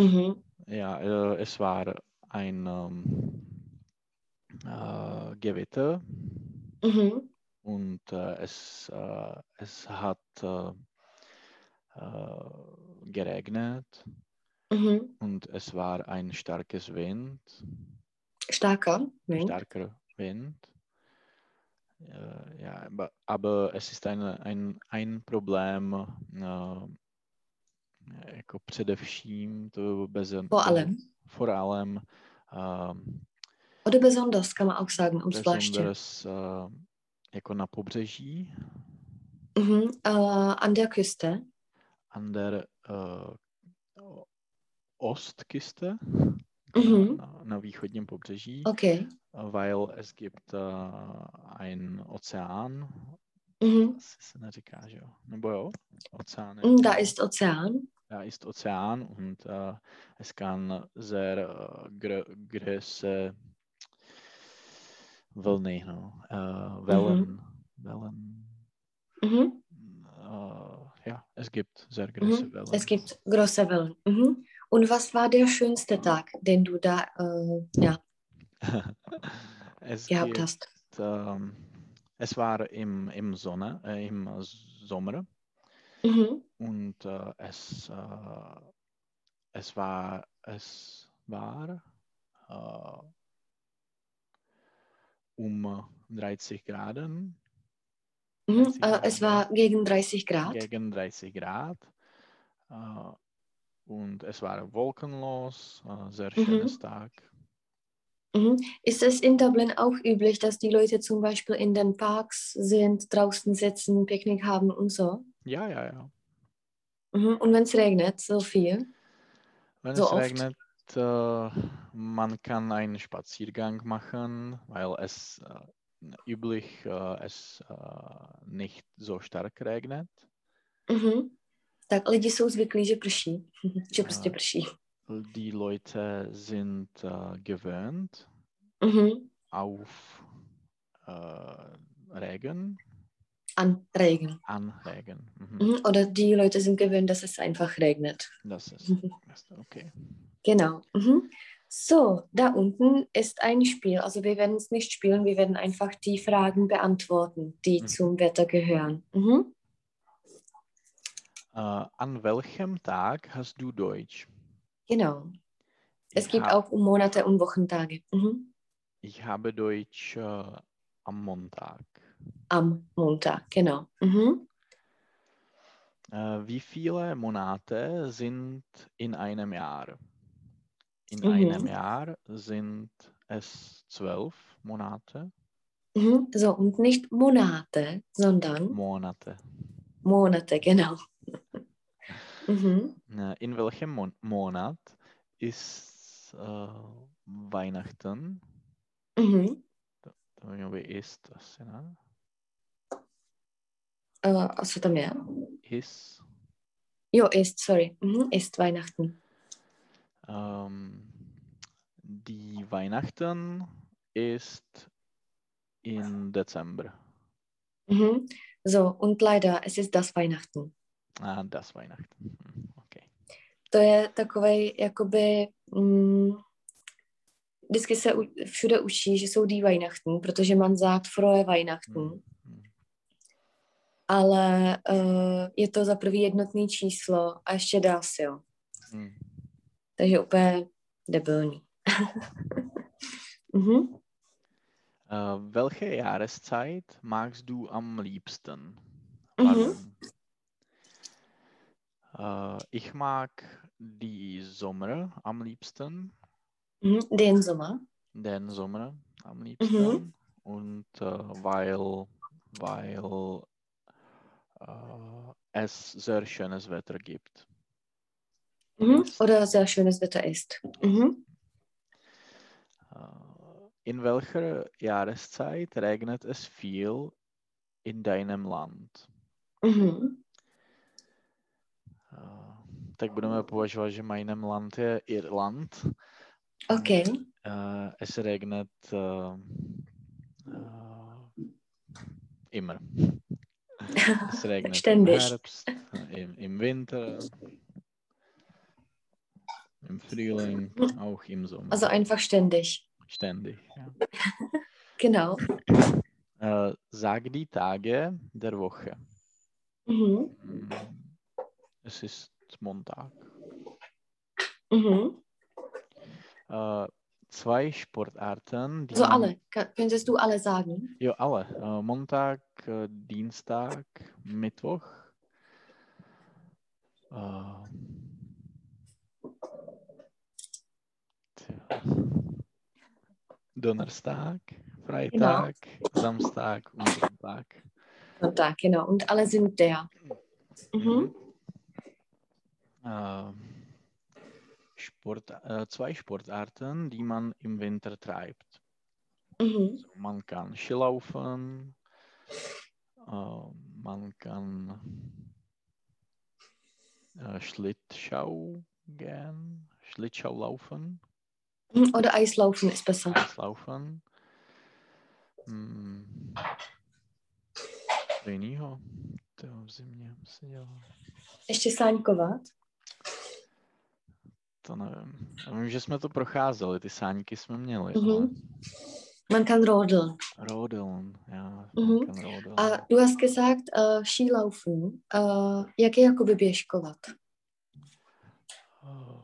Speaker 2: Mhm.
Speaker 1: Ja, äh, es war ein ähm, äh, Gewitter
Speaker 2: Mhm.
Speaker 1: und äh, es, äh, es hat äh, äh, geregnet
Speaker 2: Mhm.
Speaker 1: und es war ein starkes Wind,
Speaker 2: Starker ne? Wind.
Speaker 1: starker Wind. Äh, ja, aber, aber es ist eine, ein, ein Problem, äh, jako především, to bez,
Speaker 2: Vor allem.
Speaker 1: äh, vor allem ähm,
Speaker 2: Oder besonders, kann man auch sagen, umsblaście.
Speaker 1: besonders äh, jako na pobřeží,
Speaker 2: Mhm. Äh, an der Küste.
Speaker 1: an der äh, o- Ostküste,
Speaker 2: Mhm.
Speaker 1: na, na, na východním pobřeží,
Speaker 2: Okay.
Speaker 1: weil es gibt äh, ein Ozean,
Speaker 2: Mhm.
Speaker 1: asi se neříká, že jo? Nebo jo? Oceán. je-
Speaker 2: Mm, Da ist Ozean.
Speaker 1: da ist Ozean und äh, es kann sehr äh, grö große Wellen, no, äh, Wellen, Wellen
Speaker 2: Mhm.
Speaker 1: Äh, ja, es gibt sehr große
Speaker 2: Mhm.
Speaker 1: Wellen.
Speaker 2: Es gibt große Wellen. Mhm. Und was war der schönste Tag, den du da äh, ja,
Speaker 1: es,
Speaker 2: gehabt
Speaker 1: gibt,
Speaker 2: hast?
Speaker 1: ähm, es war im, im, Sonne, äh, im Sommer
Speaker 2: Mhm.
Speaker 1: und äh, es, äh, es war, es war äh, um 30 Grad,
Speaker 2: Mhm.
Speaker 1: 30
Speaker 2: Äh,
Speaker 1: Grad,
Speaker 2: es
Speaker 1: ja.
Speaker 2: war gegen 30 Grad.
Speaker 1: gegen 30 Grad. Äh, und es war wolkenlos, äh, sehr schönes Tag.
Speaker 2: Mhm. Ist es in Dublin auch üblich, dass die Leute zum Beispiel in den Parks sind, draußen sitzen, Picknick haben und so?
Speaker 1: Ja, ja, ja.
Speaker 2: Mhm. Und wenn es regnet, so viel?
Speaker 1: Wenn
Speaker 2: So
Speaker 1: es
Speaker 2: oft?
Speaker 1: regnet, äh, man kann einen Spaziergang machen, weil es äh, üblich äh, es äh, nicht so stark regnet.
Speaker 2: Mhm. Tak lidi jsou zvyklí, že prší, že prostě
Speaker 1: Eh,
Speaker 2: prší.
Speaker 1: die Leute sind äh, gewöhnt
Speaker 2: Mhm.
Speaker 1: auf äh, Regen,
Speaker 2: Anregen.
Speaker 1: an Regen. Mhm.
Speaker 2: Mhm. Oder die Leute sind gewöhnt, dass es einfach regnet.
Speaker 1: Das ist
Speaker 2: Mhm.
Speaker 1: das ist okay.
Speaker 2: Genau. Mhm. So, da unten ist ein Spiel. Also wir werden es nicht spielen, wir werden einfach die Fragen beantworten, die
Speaker 1: Mhm.
Speaker 2: zum Wetter gehören. Mhm.
Speaker 1: Äh, an welchem Tag hast du Deutsch?
Speaker 2: Genau. Es
Speaker 1: Ich
Speaker 2: gibt
Speaker 1: hab-
Speaker 2: auch Monate und Wochentage. Mhm.
Speaker 1: Ich habe Deutsch äh, am Montag.
Speaker 2: Am Montag, genau. Mhm.
Speaker 1: Äh, wie viele Monate sind in einem Jahr? In
Speaker 2: Mhm.
Speaker 1: einem Jahr sind es zwölf Monate.
Speaker 2: Mhm. So, und nicht Monate, sondern
Speaker 1: Monate.
Speaker 2: Monate, genau. Mhm.
Speaker 1: Na, Äh, In welchem Mon Monat ist äh, Weihnachten?
Speaker 2: Mhm.
Speaker 1: Wie ist das? Ja?
Speaker 2: Äh, also tam je.
Speaker 1: Ist.
Speaker 2: Jo, ist, sorry. Mhm. Ist Weihnachten.
Speaker 1: Ähm, die Weihnachten ist im Dezember.
Speaker 2: Mhm. So, und leider, es ist das Weihnachten.
Speaker 1: Ah, das Weihnachten. Hm, Okay.
Speaker 2: to je takovej, jakoby, mm, vždycky se u, všude učí, že jsou die Weihnachten, protože man sagt frohe Weihnachten,
Speaker 1: Hm, hm.
Speaker 2: ale uh, je to za prvý jednotný číslo a ještě dál si jo.
Speaker 1: Hm.
Speaker 2: Takže úplně debilní. mhm.
Speaker 1: Äh, welche Jahreszeit magst du am liebsten?
Speaker 2: Mhm.
Speaker 1: Warum? Äh, ich mag die Sommer am liebsten,
Speaker 2: Mhm. Den Sommer.
Speaker 1: den Sommer am
Speaker 2: Mhm.
Speaker 1: liebsten. Und äh, weil, weil äh, es sehr schönes Wetter gibt.
Speaker 2: Mhm. Oder sehr schönes Wetter ist. Mhm.
Speaker 1: Äh, in welcher Jahreszeit regnet es viel in deinem Land?
Speaker 2: Mhm.
Speaker 1: Eh, tak budeme považovat, že Mainem Land je Irland.
Speaker 2: Okay.
Speaker 1: Uh, es regnet uh, uh, immer. Es regnet
Speaker 2: Ständig.
Speaker 1: im Herbst, E eh, im, im Winter, im Frühling, auch im Sommer.
Speaker 2: Also einfach ständig.
Speaker 1: Ständig. Ja.
Speaker 2: Genau.
Speaker 1: Eh, sag die Tage der Woche.
Speaker 2: Mhm.
Speaker 1: Mm, Es ist Montag.
Speaker 2: Mhm.
Speaker 1: Eh, zwei Sportarten, die
Speaker 2: So
Speaker 1: man-
Speaker 2: alle. Ka- Könntest du alle sagen?
Speaker 1: Jo, ale eh, Montag, eh, Dienstag, Mittwoch. Eh, tja. Donnerstag, Freitag, Samstag und Sonntag.
Speaker 2: Sonntag, genau. Und alle sind der. Mhm.
Speaker 1: Eh, Sport, eh, zwei Sportarten, die man im Winter treibt.
Speaker 2: Mhm.
Speaker 1: Also man kann Skilaufen, äh, man kann äh, Schlittschau gehen, Schlittschau laufen,
Speaker 2: Mhm. Oder Eislaufen ist besser.
Speaker 1: Eislaufen. Hm. To jinýho, to v zimě se dělá,
Speaker 2: Ještě sáňkovat.
Speaker 1: to nevím. Já vím, že jsme to procházeli, ty sáňky jsme měli, no.
Speaker 2: Mhm.
Speaker 1: ale
Speaker 2: Man kann rodeln.
Speaker 1: Rodeln, já,
Speaker 2: Mhm.
Speaker 1: ten Rodeln.
Speaker 2: A du hast gesagt, äh, Skilaufen. Äh, jak je jakoby běžkovat? Ehm,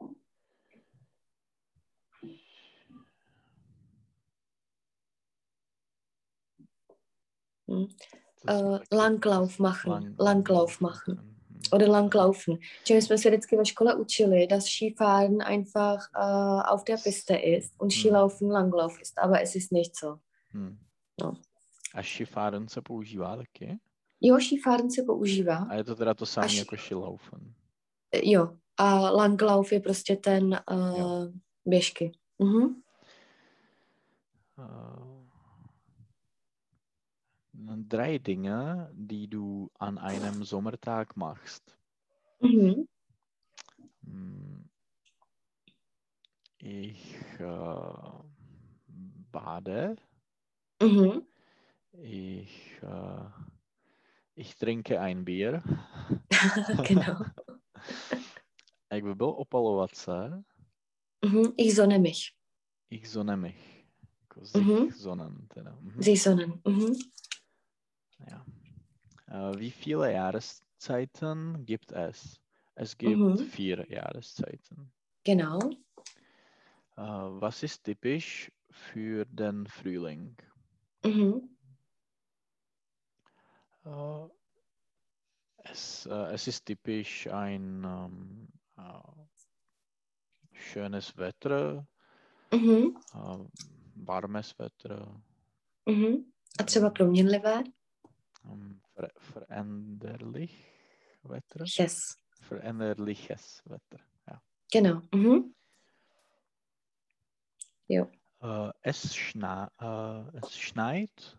Speaker 1: Um, to
Speaker 2: Hm.
Speaker 1: jsou
Speaker 2: Eh,
Speaker 1: taky-
Speaker 2: Langlauf machen,
Speaker 1: Lang-
Speaker 2: Langlauf machen.
Speaker 1: Mhm.
Speaker 2: Oder Langlaufen. Čím jsme se vždycky ve škole učili, dass Skifahren einfach äh, auf der Piste ist und Skilaufen Langlauf ist, aber es ist nicht so.
Speaker 1: Hmm.
Speaker 2: No.
Speaker 1: A šifáren se používá taky?
Speaker 2: Jo, Skifahren se používá.
Speaker 1: A je to teda to samé
Speaker 2: ši-
Speaker 1: jako šilaufen.
Speaker 2: Jo, a Langlauf je prostě ten
Speaker 1: Jo.
Speaker 2: uh, běžky. Mhm.
Speaker 1: Uh, drei Dinge, die du an einem Sommertag machst.
Speaker 2: Mhm.
Speaker 1: Ich äh, bade.
Speaker 2: Mhm.
Speaker 1: Ich, äh, ich trinke ein Bier.
Speaker 2: genau.
Speaker 1: Jak by bylo opalovat se,
Speaker 2: Mhm. Ich sonne mich.
Speaker 1: ich sonne mich. Jako sich
Speaker 2: Mhm.
Speaker 1: sonnen teda. Mhm.
Speaker 2: Sie sonnen. Mhm.
Speaker 1: Ja. Äh, wie viele Jahreszeiten gibt es? Es gibt
Speaker 2: Mhm.
Speaker 1: vier Jahreszeiten.
Speaker 2: Genau.
Speaker 1: Äh, was ist typisch für den Frühling?
Speaker 2: Mhm.
Speaker 1: Äh, es, äh, es ist typisch ein ähm, äh, schönes Wetter,
Speaker 2: Mhm.
Speaker 1: äh, warmes Wetter,
Speaker 2: Mhm. A třeba proměnlivé?
Speaker 1: ähm, ver veränderlich Wetter,
Speaker 2: Yes.
Speaker 1: veränderliches Wetter. Ja.
Speaker 2: Genau. Mhm.
Speaker 1: Äh, es, schna äh, es schneit,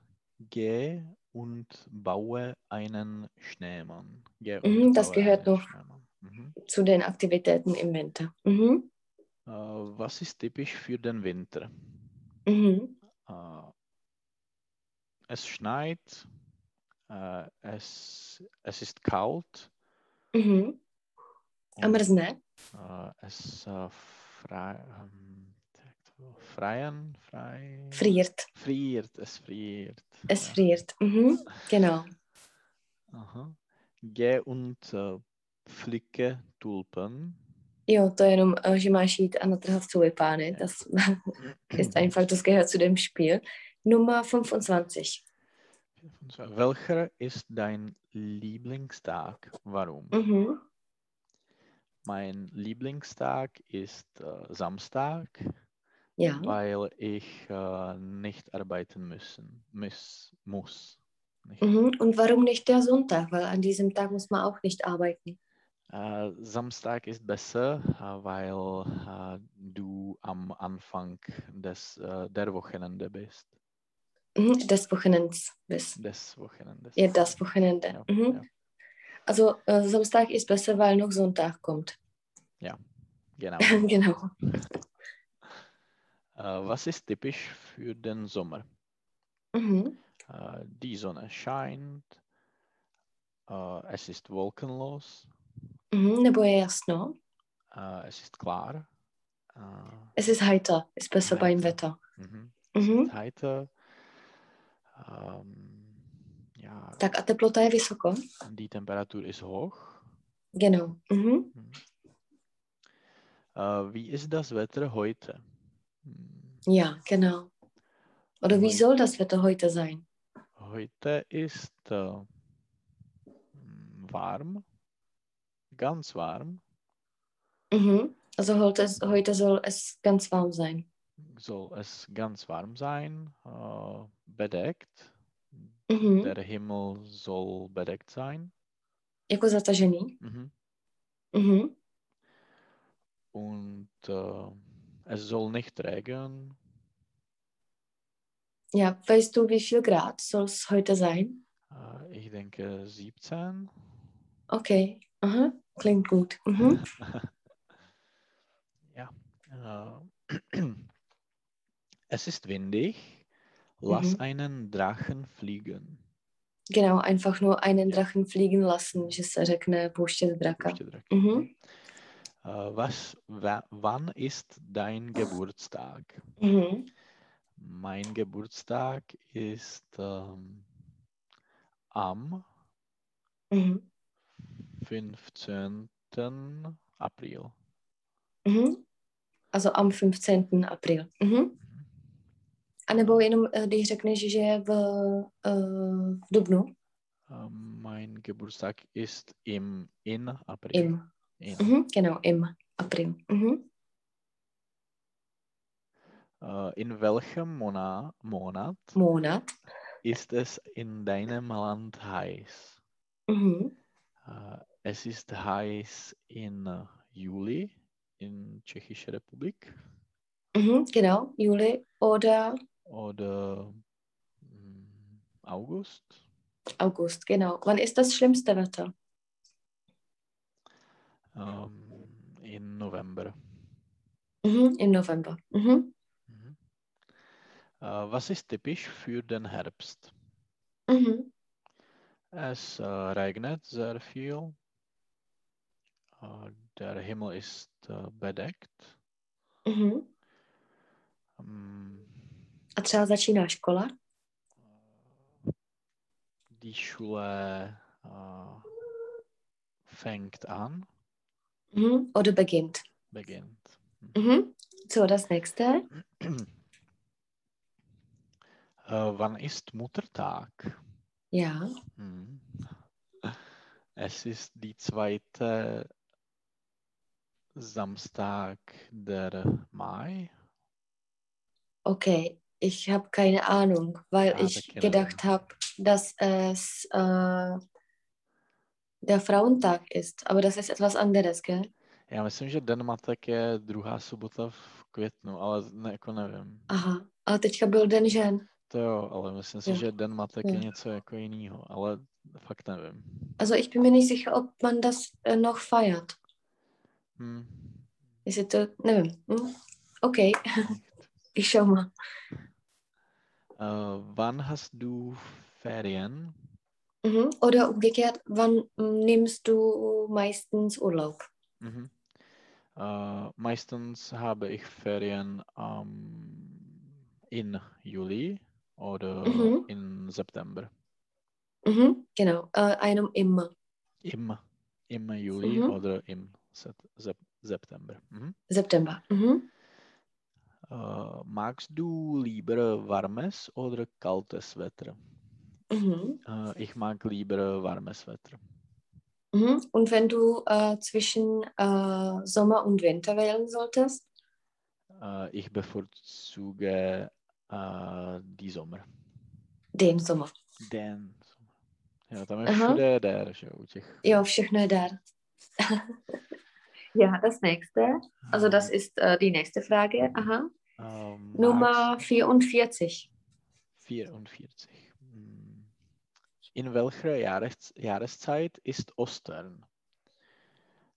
Speaker 1: geh und baue einen Schneemann. Geh und
Speaker 2: Mhm, das gehört
Speaker 1: einen
Speaker 2: noch.
Speaker 1: Schneemann. Mhm.
Speaker 2: Zu den Aktivitäten im Winter. Mhm.
Speaker 1: Äh, was ist typisch für den Winter?
Speaker 2: Mhm.
Speaker 1: Äh, es schneit, äh, es, es ist kalt.
Speaker 2: Mhm. A mrzne?
Speaker 1: äh, es äh, frei, ähm, tak to bylo, freien, frei,
Speaker 2: Friert.
Speaker 1: friert, es friert.
Speaker 2: Es
Speaker 1: ja.
Speaker 2: friert. Mhm. Genau.
Speaker 1: Aha. Geh und äh, pflücke Tulpen.
Speaker 2: Jo, to je jenom, eh, že máš jít a natrhat tulipány. Das ist
Speaker 1: Mhm.
Speaker 2: einfach, das gehört zu dem Spiel. Nummer 25.
Speaker 1: Und zwar, Welcher ist dein Lieblingstag? Warum?
Speaker 2: Mhm.
Speaker 1: Mein Lieblingstag ist äh, Samstag,
Speaker 2: Ja.
Speaker 1: weil ich äh, nicht arbeiten müssen, muss. muss. Nicht
Speaker 2: Mhm. Und warum nicht der Sonntag? Weil an diesem Tag muss man auch nicht arbeiten.
Speaker 1: Äh, Samstag ist besser, äh, weil äh, du am Anfang des, äh, der Wochenende bist.
Speaker 2: Mhm. Des Wochenends. Bis.
Speaker 1: Des Wochenendes.
Speaker 2: Ja, das Wochenende.
Speaker 1: Ja, ja,
Speaker 2: Mhm. Also äh, Samstag ist besser, weil noch Sonntag kommt.
Speaker 1: genau.
Speaker 2: genau.
Speaker 1: äh, was ist typisch für den Sommer?
Speaker 2: Mhm.
Speaker 1: Äh, die Sonne scheint, äh, es ist wolkenlos,
Speaker 2: Mhm. Nebo je jasno.
Speaker 1: äh, es ist klar, äh,
Speaker 2: Es ist heiter. Ist besser beim
Speaker 1: Heiter.
Speaker 2: Wetter.
Speaker 1: mhm,
Speaker 2: Mhm.
Speaker 1: heiter. Ähm, ja,
Speaker 2: Tak a teplota je vysoko.
Speaker 1: die Temperatur ist hoch.
Speaker 2: Genau. Mhm.
Speaker 1: Mhm. Äh, wie ist das Wetter heute? Hm,
Speaker 2: Ja, genau. Oder wie
Speaker 1: Heute-
Speaker 2: soll das Wetter heute sein?
Speaker 1: Heute ist äh, hm, warm, ganz warm,
Speaker 2: Mhm. Also heute, heute soll es ganz warm sein.
Speaker 1: soll es ganz warm sein, äh, bedeckt.
Speaker 2: Mhm.
Speaker 1: Der Himmel soll bedeckt sein.
Speaker 2: Jako zatažený.
Speaker 1: Mhm.
Speaker 2: Mhm.
Speaker 1: Und äh, es soll nicht regnen.
Speaker 2: Ja, weißt du, wie viel Grad soll es heute sein?
Speaker 1: Äh, ich denke 17.
Speaker 2: Okay. Aha. Klingt gut. Mhm.
Speaker 1: Ja. Äh, es ist windig. Lass
Speaker 2: Mhm.
Speaker 1: einen Drachen fliegen.
Speaker 2: Genau, einfach nur einen Drachen fliegen lassen, že se řekne pouštět draka.
Speaker 1: Ještě Drachen.
Speaker 2: Mhm.
Speaker 1: Äh, was, wa, wann ist dein Geburtstag?
Speaker 2: Mhm.
Speaker 1: Mein Geburtstag ist ähm, am
Speaker 2: Mhm.
Speaker 1: 15. April.
Speaker 2: Mhm. Also am 15. april. Mhm. A nebo jenom, eh, když řekneš, že je v, eh, v dubnu.
Speaker 1: Äh, mein Geburtstag ist im in April.
Speaker 2: Im.
Speaker 1: In.
Speaker 2: Mhm. Genau, im april. Mhm.
Speaker 1: Äh, in welchem Mona Monat
Speaker 2: Monat.
Speaker 1: ist es in deinem Land heiß?
Speaker 2: Mhm.
Speaker 1: Äh, Es ist heiß in äh, Juli in Tschechische Republik
Speaker 2: Mhm. Genau, Juli oder
Speaker 1: oder mm, August.
Speaker 2: August. Genau. Wann ist das schlimmste Wetter?
Speaker 1: Ähm, in November.
Speaker 2: Mhm, Im November. Mhm.
Speaker 1: Mhm. Äh, was ist typisch für den Herbst?
Speaker 2: Mhm.
Speaker 1: Es äh, regnet sehr viel. Äh, der Himmel ist äh, bedeckt.
Speaker 2: Mhm.
Speaker 1: Ähm,
Speaker 2: A třeba začíná škola.
Speaker 1: die Schule äh, fängt an,
Speaker 2: Mhm. Oder beginnt.
Speaker 1: beginnt.
Speaker 2: Mhm. So, das nächste.
Speaker 1: äh, wann ist Muttertag?
Speaker 2: Ja.
Speaker 1: Mhm. Es ist die zweite Samstag der Mai.
Speaker 2: Okay. Ich habe keine Ahnung, weil
Speaker 1: Ah,
Speaker 2: ich
Speaker 1: keine
Speaker 2: gedacht habe, dass es äh, der Frauentag ist. Aber das ist etwas anderes, gell?
Speaker 1: Já myslím, že Den matek je druhá sobota v květnu, ale ne, jako nevím.
Speaker 2: Aha. A teďka byl den žen.
Speaker 1: To jo, ale myslím si,
Speaker 2: Jo.
Speaker 1: že Den matek
Speaker 2: Jo.
Speaker 1: je něco jako jiného, ale fakt nevím.
Speaker 2: Also ich bin mir nicht sicher, ob man das äh, noch feiert.
Speaker 1: Hm.
Speaker 2: Ist es, äh, nevím. Hm? Okay, ich schau mal.
Speaker 1: Äh, wann hast du Ferien?
Speaker 2: Mhm. Oder umgekehrt, wann mm, nimmst du meistens Urlaub?
Speaker 1: Mhm. Äh, meistens habe ich Ferien ähm, in Juli oder
Speaker 2: Mhm.
Speaker 1: in September.
Speaker 2: Mhm. Genau, äh, einem immer.
Speaker 1: Im, im Juli
Speaker 2: Mhm.
Speaker 1: oder im Sep Sep September. Mhm.
Speaker 2: September. Mhm.
Speaker 1: Äh, magst du lieber warmes oder kaltes Wetter?
Speaker 2: Mhm.
Speaker 1: Äh, ich mag lieber warmes Wetter.
Speaker 2: Mhm. Und wenn du äh, zwischen äh, Sommer und Winter wählen solltest?
Speaker 1: Äh, ich bevorzuge äh, die Sommer.
Speaker 2: Den Sommer.
Speaker 1: Den. Jo, tam je
Speaker 2: Aha.
Speaker 1: všude der, že jo, u těch.
Speaker 2: Jo, všechno je dar. ja, das nächste. Also das
Speaker 1: ehm,
Speaker 2: ist äh, die nächste Frage. Aha.
Speaker 1: ehm,
Speaker 2: Nummer 44.
Speaker 1: Max 44. Hm. In welcher Jahres Jahreszeit ist Ostern?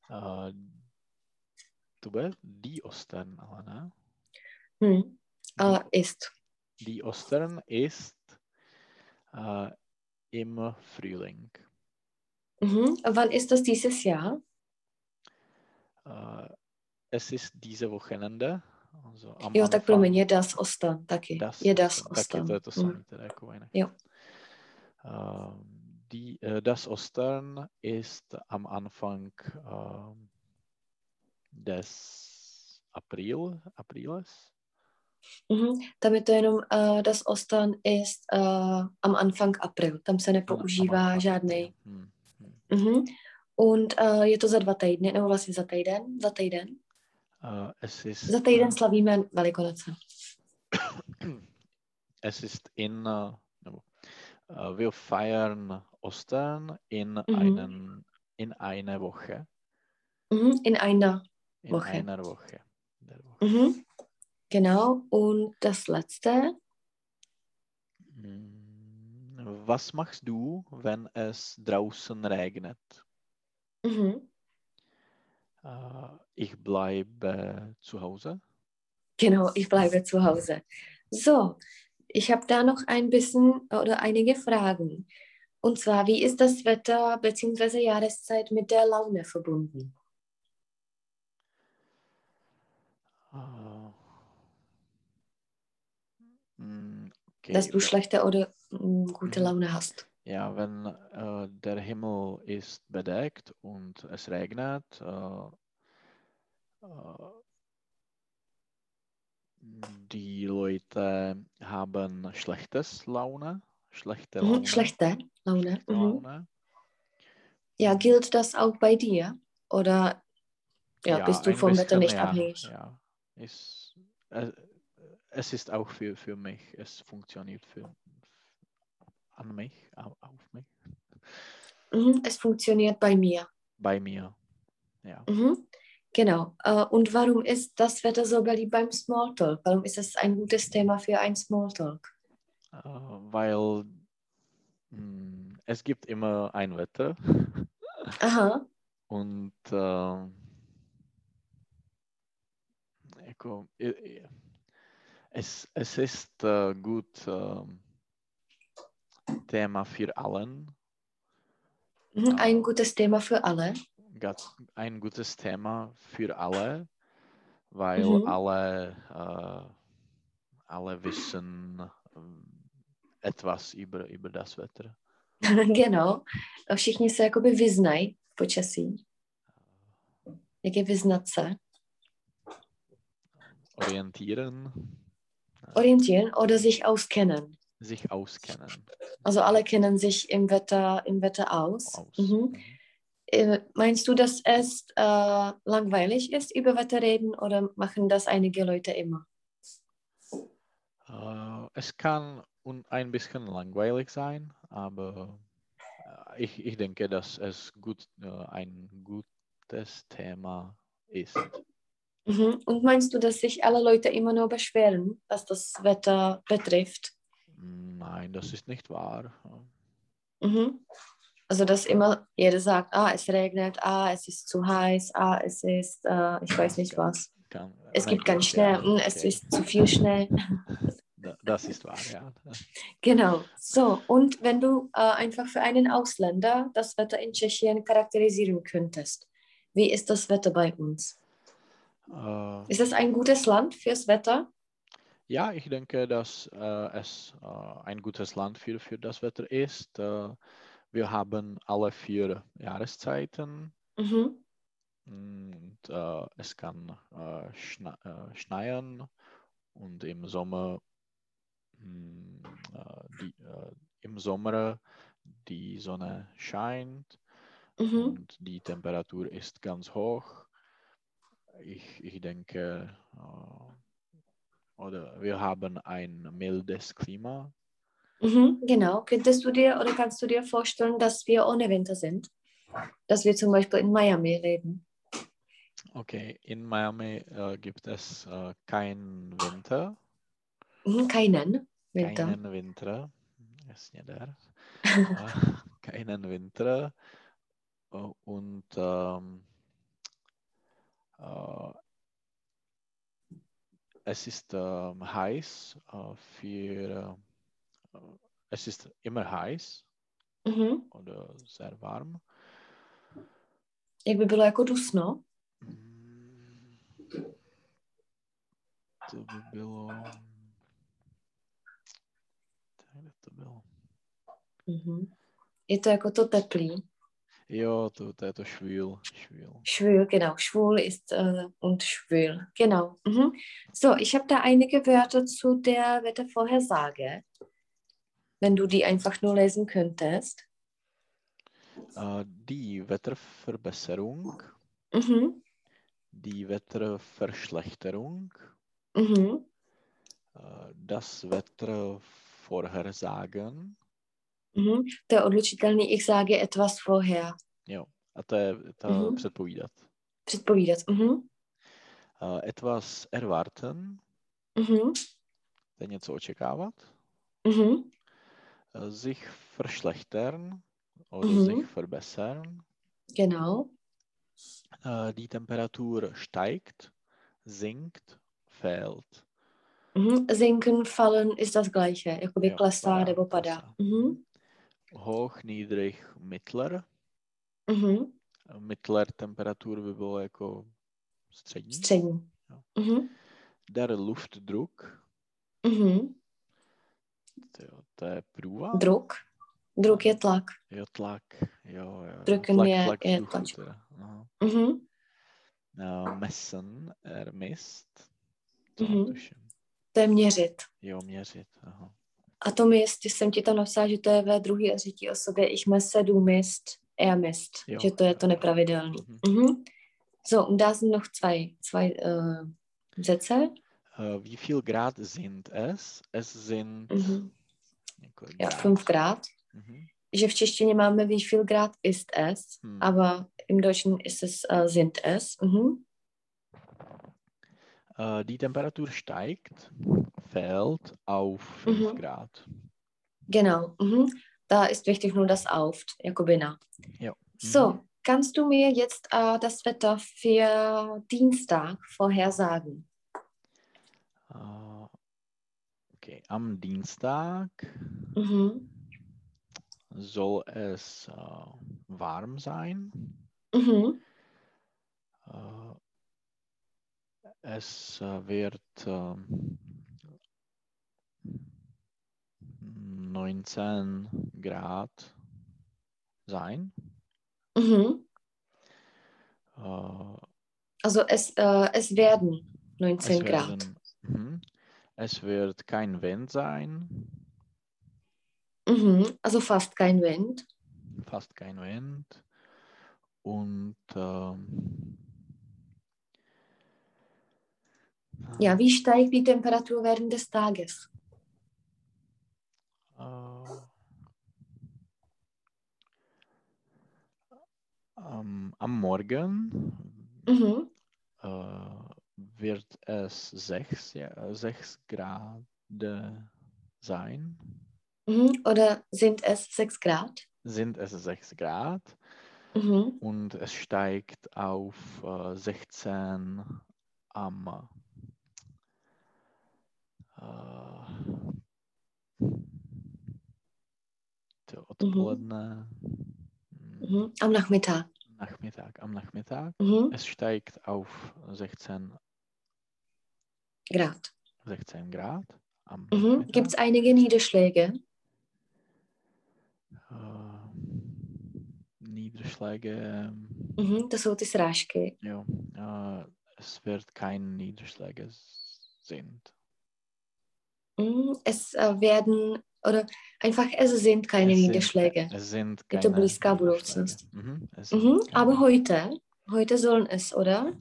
Speaker 1: Äh, to bude die Ostern, ale ne?
Speaker 2: Hm. Äh, ist.
Speaker 1: Die Ostern ist äh, im Frühling.
Speaker 2: Mhm. Wann ist das dieses Jahr?
Speaker 1: Äh, es ist diese Wochenende. Also am
Speaker 2: Jo, tak pro
Speaker 1: Anfang.
Speaker 2: mě je das Ostern taky.
Speaker 1: Das
Speaker 2: je das
Speaker 1: Ostern. Taky to je to samé,
Speaker 2: Hm.
Speaker 1: teda jako jinak.
Speaker 2: Jo.
Speaker 1: Ähm, die, äh, das Ostern ist am Anfang ähm, des April, Apriles.
Speaker 2: Mhm. Tam je to jenom, uh, das Ostern ist uh, am Anfang April. Tam se
Speaker 1: Am- am
Speaker 2: nepoužívá
Speaker 1: Anfang.
Speaker 2: žádný.
Speaker 1: Hm.
Speaker 2: Mhm. Und uh, je to za dva týdny, nebo vlastně za týden, za týden.
Speaker 1: Äh, es, ist,
Speaker 2: Za týden
Speaker 1: äh,
Speaker 2: slavíme Velikonoce.
Speaker 1: es ist in, äh, no, äh, wir feiern Ostern in, einen, in einer Woche.
Speaker 2: Mhm. In einer.
Speaker 1: In
Speaker 2: Woche.
Speaker 1: einer Woche. Der Woche.
Speaker 2: Mhm. Genau. Und das letzte.
Speaker 1: Mm, Was machst du, wenn es draußen regnet?
Speaker 2: Mhm.
Speaker 1: Äh, Ich bleibe zu Hause.
Speaker 2: Genau, ich bleibe zu Hause. So, ich habe da noch ein bisschen oder einige Fragen. Und zwar, wie ist das Wetter bzw. Jahreszeit mit der Laune verbunden?
Speaker 1: Ah. Mm, Okay.
Speaker 2: Dass du
Speaker 1: da-
Speaker 2: schlechte oder mm, gute
Speaker 1: Mhm.
Speaker 2: Laune hast.
Speaker 1: Ja, wenn äh, der Himmel ist bedeckt und es regnet, äh, äh, die Leute haben schlechtes Laune, schlechte
Speaker 2: Mhm.
Speaker 1: Laune,
Speaker 2: Schlechte Laune.
Speaker 1: schlechte
Speaker 2: Mhm.
Speaker 1: Laune.
Speaker 2: Ja, gilt das auch bei dir? Oder ja, bist du
Speaker 1: ein
Speaker 2: vom
Speaker 1: bisschen,
Speaker 2: Wetter nicht
Speaker 1: ja,
Speaker 2: abhängig?
Speaker 1: Ja. Ist, äh, es ist auch für, für mich, es funktioniert für, an mich, au- auf mich,
Speaker 2: Mhm. Es funktioniert bei mir.
Speaker 1: bei mir. Ja.
Speaker 2: Mhm. Genau. Äh, Und warum ist das Wetter so beliebt beim Smalltalk? Warum ist es ein gutes Thema für ein Smalltalk?
Speaker 1: Äh, weil mh, es gibt immer ein Wetter
Speaker 2: Aha.
Speaker 1: und äh, jako, i- i- es, es ist äh, gut ähm, Thema für allen,
Speaker 2: Mhm, Ein gutes Thema für alle.
Speaker 1: ganz, ein gutes Thema für alle, weil
Speaker 2: Mhm.
Speaker 1: alle, äh, alle wissen ähm, etwas über, über das Wetter.
Speaker 2: genau. Všichni se jakoby vyznají v počasí.
Speaker 1: Äh.
Speaker 2: Jak je vyznat se?
Speaker 1: Orientieren,
Speaker 2: Orientieren oder sich auskennen.
Speaker 1: sich auskennen.
Speaker 2: Also alle kennen sich im Wetter, im Wetter aus.
Speaker 1: Aus.
Speaker 2: Mhm.
Speaker 1: Mhm.
Speaker 2: Äh, Meinst du, dass es äh, langweilig ist, über Wetter reden oder machen das einige Leute immer?
Speaker 1: Äh, es kann un ein bisschen langweilig sein, aber äh, ich, ich denke, dass es gut, äh, ein gutes Thema ist.
Speaker 2: Mhm. Und meinst du, dass sich alle Leute immer nur beschweren, was das Wetter betrifft?
Speaker 1: Nein, das ist nicht wahr.
Speaker 2: Mhm. Also, dass immer jeder sagt, ah, es regnet, ah, es ist zu heiß, ah, es ist, äh, ich weiß nicht was.
Speaker 1: Kann,
Speaker 2: Es
Speaker 1: nein,
Speaker 2: gibt keinen
Speaker 1: das- ja,
Speaker 2: Schnee, mm, es
Speaker 1: okay.
Speaker 2: ist zu viel Schnee.
Speaker 1: Da- Das ist wahr, ja.
Speaker 2: Genau. So, und wenn du äh, einfach für einen Ausländer das Wetter in Tschechien charakterisieren könntest, wie ist das Wetter bei uns?
Speaker 1: Äh,
Speaker 2: Ist das ein gutes Land fürs Wetter?
Speaker 1: Ja, ich denke, dass äh, es äh, ein gutes Land für, für das Wetter ist. Äh, wir haben alle vier Jahreszeiten
Speaker 2: Mhm.
Speaker 1: und äh, es kann äh, schne äh, schneien und im Sommer mm, äh, die, äh, im Sommer die Sonne scheint
Speaker 2: Mhm.
Speaker 1: und die Temperatur ist ganz hoch. Ich, ich denke, äh, oder wir haben ein mildes Klima.
Speaker 2: Mhm. Genau. Könntest du dir oder kannst du dir vorstellen, dass wir ohne Winter sind? Dass wir zum Beispiel in Miami leben?
Speaker 1: Okay, in Miami äh, gibt es äh, keinen Winter,
Speaker 2: Mhm. Keinen Winter.
Speaker 1: keinen Winter, jasně der, Äh, keinen Winter äh, und ähm, äh, es ist ähm, heiß äh, für, äh, es ist immer heiß
Speaker 2: Mhm.
Speaker 1: oder sehr warm.
Speaker 2: Jak by bylo jako dusno?
Speaker 1: Mm, To by bylo, tak kde to bylo?
Speaker 2: Mhm. Je to jako to teplý.
Speaker 1: Jo, to, to je to švíl, švíl.
Speaker 2: Schwül, genau. Schwul ist äh, und schwül. Genau. Mhm. So, ich habe da einige Wörter zu der Wettervorhersage, wenn du die einfach nur lesen könntest.
Speaker 1: Äh, die Wetterverbesserung,
Speaker 2: Mhm.
Speaker 1: die Wetterverschlechterung,
Speaker 2: Mhm.
Speaker 1: äh, das Wettervorhersagen,
Speaker 2: Mhm. To je odlučitelný, ich sage etwas vorher.
Speaker 1: jo, a to je to
Speaker 2: Mhm.
Speaker 1: předpovídat.
Speaker 2: Předpovídat. Mhm.
Speaker 1: Äh, etwas erwarten,
Speaker 2: Mhm.
Speaker 1: to je něco očekávat,
Speaker 2: Mhm.
Speaker 1: äh, sich verschlechtern oder
Speaker 2: Mhm.
Speaker 1: sich verbessern,
Speaker 2: Genau.
Speaker 1: äh, die Temperatur steigt, sinkt, fällt.
Speaker 2: Mhm. Sinken, fallen ist das gleiche, jakoby
Speaker 1: Jo,
Speaker 2: klesá
Speaker 1: padá,
Speaker 2: nebo padá.
Speaker 1: klesá.
Speaker 2: Mhm.
Speaker 1: Hoch, niedrig, mittler.
Speaker 2: Mhm.
Speaker 1: Mittler temperatur by bylo jako střední.
Speaker 2: Střední.
Speaker 1: Jo.
Speaker 2: Mhm.
Speaker 1: Der Luftdruck,
Speaker 2: Mhm.
Speaker 1: to, jo, to je průval,
Speaker 2: Druk. Druk je tlak.
Speaker 1: jo, tlak, jo, jo, jo.
Speaker 2: Drucken
Speaker 1: tlak,
Speaker 2: je-
Speaker 1: tlak
Speaker 2: je
Speaker 1: vzduchu
Speaker 2: tlačka.
Speaker 1: teda. Aha.
Speaker 2: Mhm.
Speaker 1: Uh, messen, er mist, to
Speaker 2: Mhm.
Speaker 1: mm-hmm. tuším.
Speaker 2: To je měřit.
Speaker 1: Jo, měřit, aha.
Speaker 2: A to mist, jsem ti tam napsala, že to je ve druhé a třetí osobě, ich messe, du mist, er mist,
Speaker 1: Jo,
Speaker 2: jo, že to je to
Speaker 1: jo, jo.
Speaker 2: nepravidelný.
Speaker 1: Mhm.
Speaker 2: Mhm. So, und da sind noch zwei, zwei äh, Sätze.
Speaker 1: Uh, wie viel Grad sind es? Es sind
Speaker 2: Mhm.
Speaker 1: několik
Speaker 2: Ja,
Speaker 1: grad.
Speaker 2: fünf Grad.
Speaker 1: Mhm.
Speaker 2: Že v češtině máme wie viel Grad ist es,
Speaker 1: Hm.
Speaker 2: aber im Deutschen ist es äh, sind es. Mhm.
Speaker 1: Uh, die Temperatur steigt, fällt auf 5
Speaker 2: Mhm.
Speaker 1: Grad.
Speaker 2: Genau. Mhm. Da ist wichtig nur das auf, Jakobina.
Speaker 1: Ja.
Speaker 2: So, eh, kannst du mir jetzt äh, das Wetter für Dienstag vorhersagen?
Speaker 1: Äh, okay, am Dienstag
Speaker 2: Mhm.
Speaker 1: soll es äh, warm sein.
Speaker 2: Mhm.
Speaker 1: Äh, es äh, wird ähm, 19 Grad sein.
Speaker 2: Mhm.
Speaker 1: Äh,
Speaker 2: Also es, äh, es werden 19
Speaker 1: es
Speaker 2: Grad.
Speaker 1: werden- Mhm. Es wird kein Wind sein,
Speaker 2: Mhm. Also fast kein Wind.
Speaker 1: fast kein Wind. Und ähm,
Speaker 2: Ja, wie steigt die Temperatur während des Tages?
Speaker 1: Äh, ähm, am Morgen
Speaker 2: Mhm.
Speaker 1: äh, wird es 6 ja, sechs Grad sein.
Speaker 2: Mhm. Oder sind es 6 Grad?
Speaker 1: Sind es 6 Grad
Speaker 2: Mhm.
Speaker 1: und es steigt auf äh, 16 am äh, te- odpoledne, mm,
Speaker 2: Mhm. Am Nachmittag.
Speaker 1: Nachmittag, am Nachmittag.
Speaker 2: Mhm.
Speaker 1: Es steigt auf 16,
Speaker 2: Grad.
Speaker 1: 16 Grad am
Speaker 2: Mhm. Gibt es
Speaker 1: Nachmittag.
Speaker 2: einige Niederschläge?
Speaker 1: Äh, Niederschläge,
Speaker 2: Mhm. Das jsou ty srážky.
Speaker 1: ja, äh, es wird keine Niederschläge s- sind.
Speaker 2: Mhm. Es äh, werden, oder einfach, es sind keine
Speaker 1: es sind ke-
Speaker 2: Niederschläge.
Speaker 1: es sind
Speaker 2: Je
Speaker 1: keine
Speaker 2: to blízká
Speaker 1: Niederschläge.
Speaker 2: budoucnost.
Speaker 1: Mhm, es sind
Speaker 2: Mhm.
Speaker 1: keine-
Speaker 2: Aber heute, heute sollen es, oder?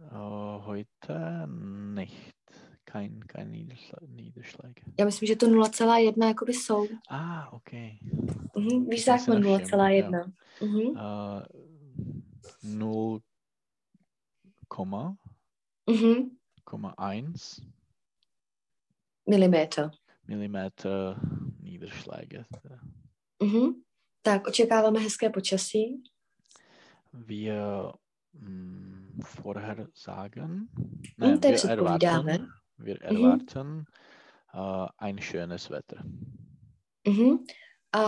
Speaker 1: Äh, heute nicht. Kein, kein Niederschla- Niederschläge.
Speaker 2: Já myslím, že to 0,1 jakoby jsou.
Speaker 1: Ah, okay.
Speaker 2: Mhm.
Speaker 1: To
Speaker 2: Wie
Speaker 1: jsem
Speaker 2: sagt
Speaker 1: si
Speaker 2: man
Speaker 1: nevšiml, jo.
Speaker 2: 0,1? Mhm.
Speaker 1: Äh, 0, Komma,
Speaker 2: Mhm.
Speaker 1: Komma 1
Speaker 2: Milimetr.
Speaker 1: Millimeter Niederschläge.
Speaker 2: Mhm. Tak, očekáváme hezké počasí.
Speaker 1: Wir mm, vorhersagen,
Speaker 2: Hm,
Speaker 1: nein,
Speaker 2: to je
Speaker 1: wir
Speaker 2: předpovídáme.
Speaker 1: erwarten, wir erwarten äh, ein schönes Wetter.
Speaker 2: Mhm. A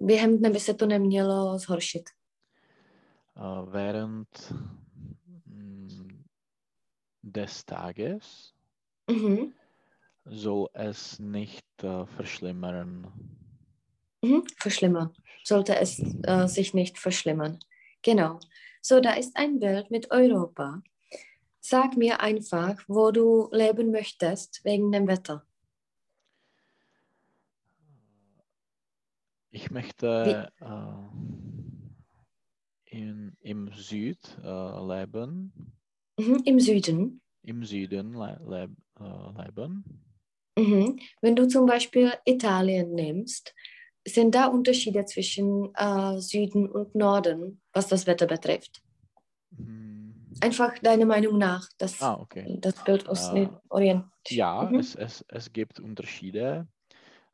Speaker 2: během dne by se to nemělo zhoršit.
Speaker 1: Äh, während mm, des Tages
Speaker 2: Mhm.
Speaker 1: soll es nicht äh, verschlimmern.
Speaker 2: Mhm. Verschlimmern. Sollte es äh, sich nicht verschlimmern. Genau. So, da ist ein Bild mit Europa. Sag mir einfach, wo du leben möchtest wegen dem Wetter.
Speaker 1: Ich möchte äh, in, im Süd äh, leben.
Speaker 2: Mhm. Im Süden.
Speaker 1: im Süden le leb äh, leben.
Speaker 2: Mhm. Wenn du zum Beispiel Italien nimmst, sind da Unterschiede zwischen äh, Süden und Norden, was das Wetter betrifft?
Speaker 1: Hm.
Speaker 2: Einfach deine Meinung nach, das,
Speaker 1: Ah, okay.
Speaker 2: das Bild aus
Speaker 1: Äh,
Speaker 2: dem Orient.
Speaker 1: Ja,
Speaker 2: Mhm.
Speaker 1: es, es, es gibt Unterschiede.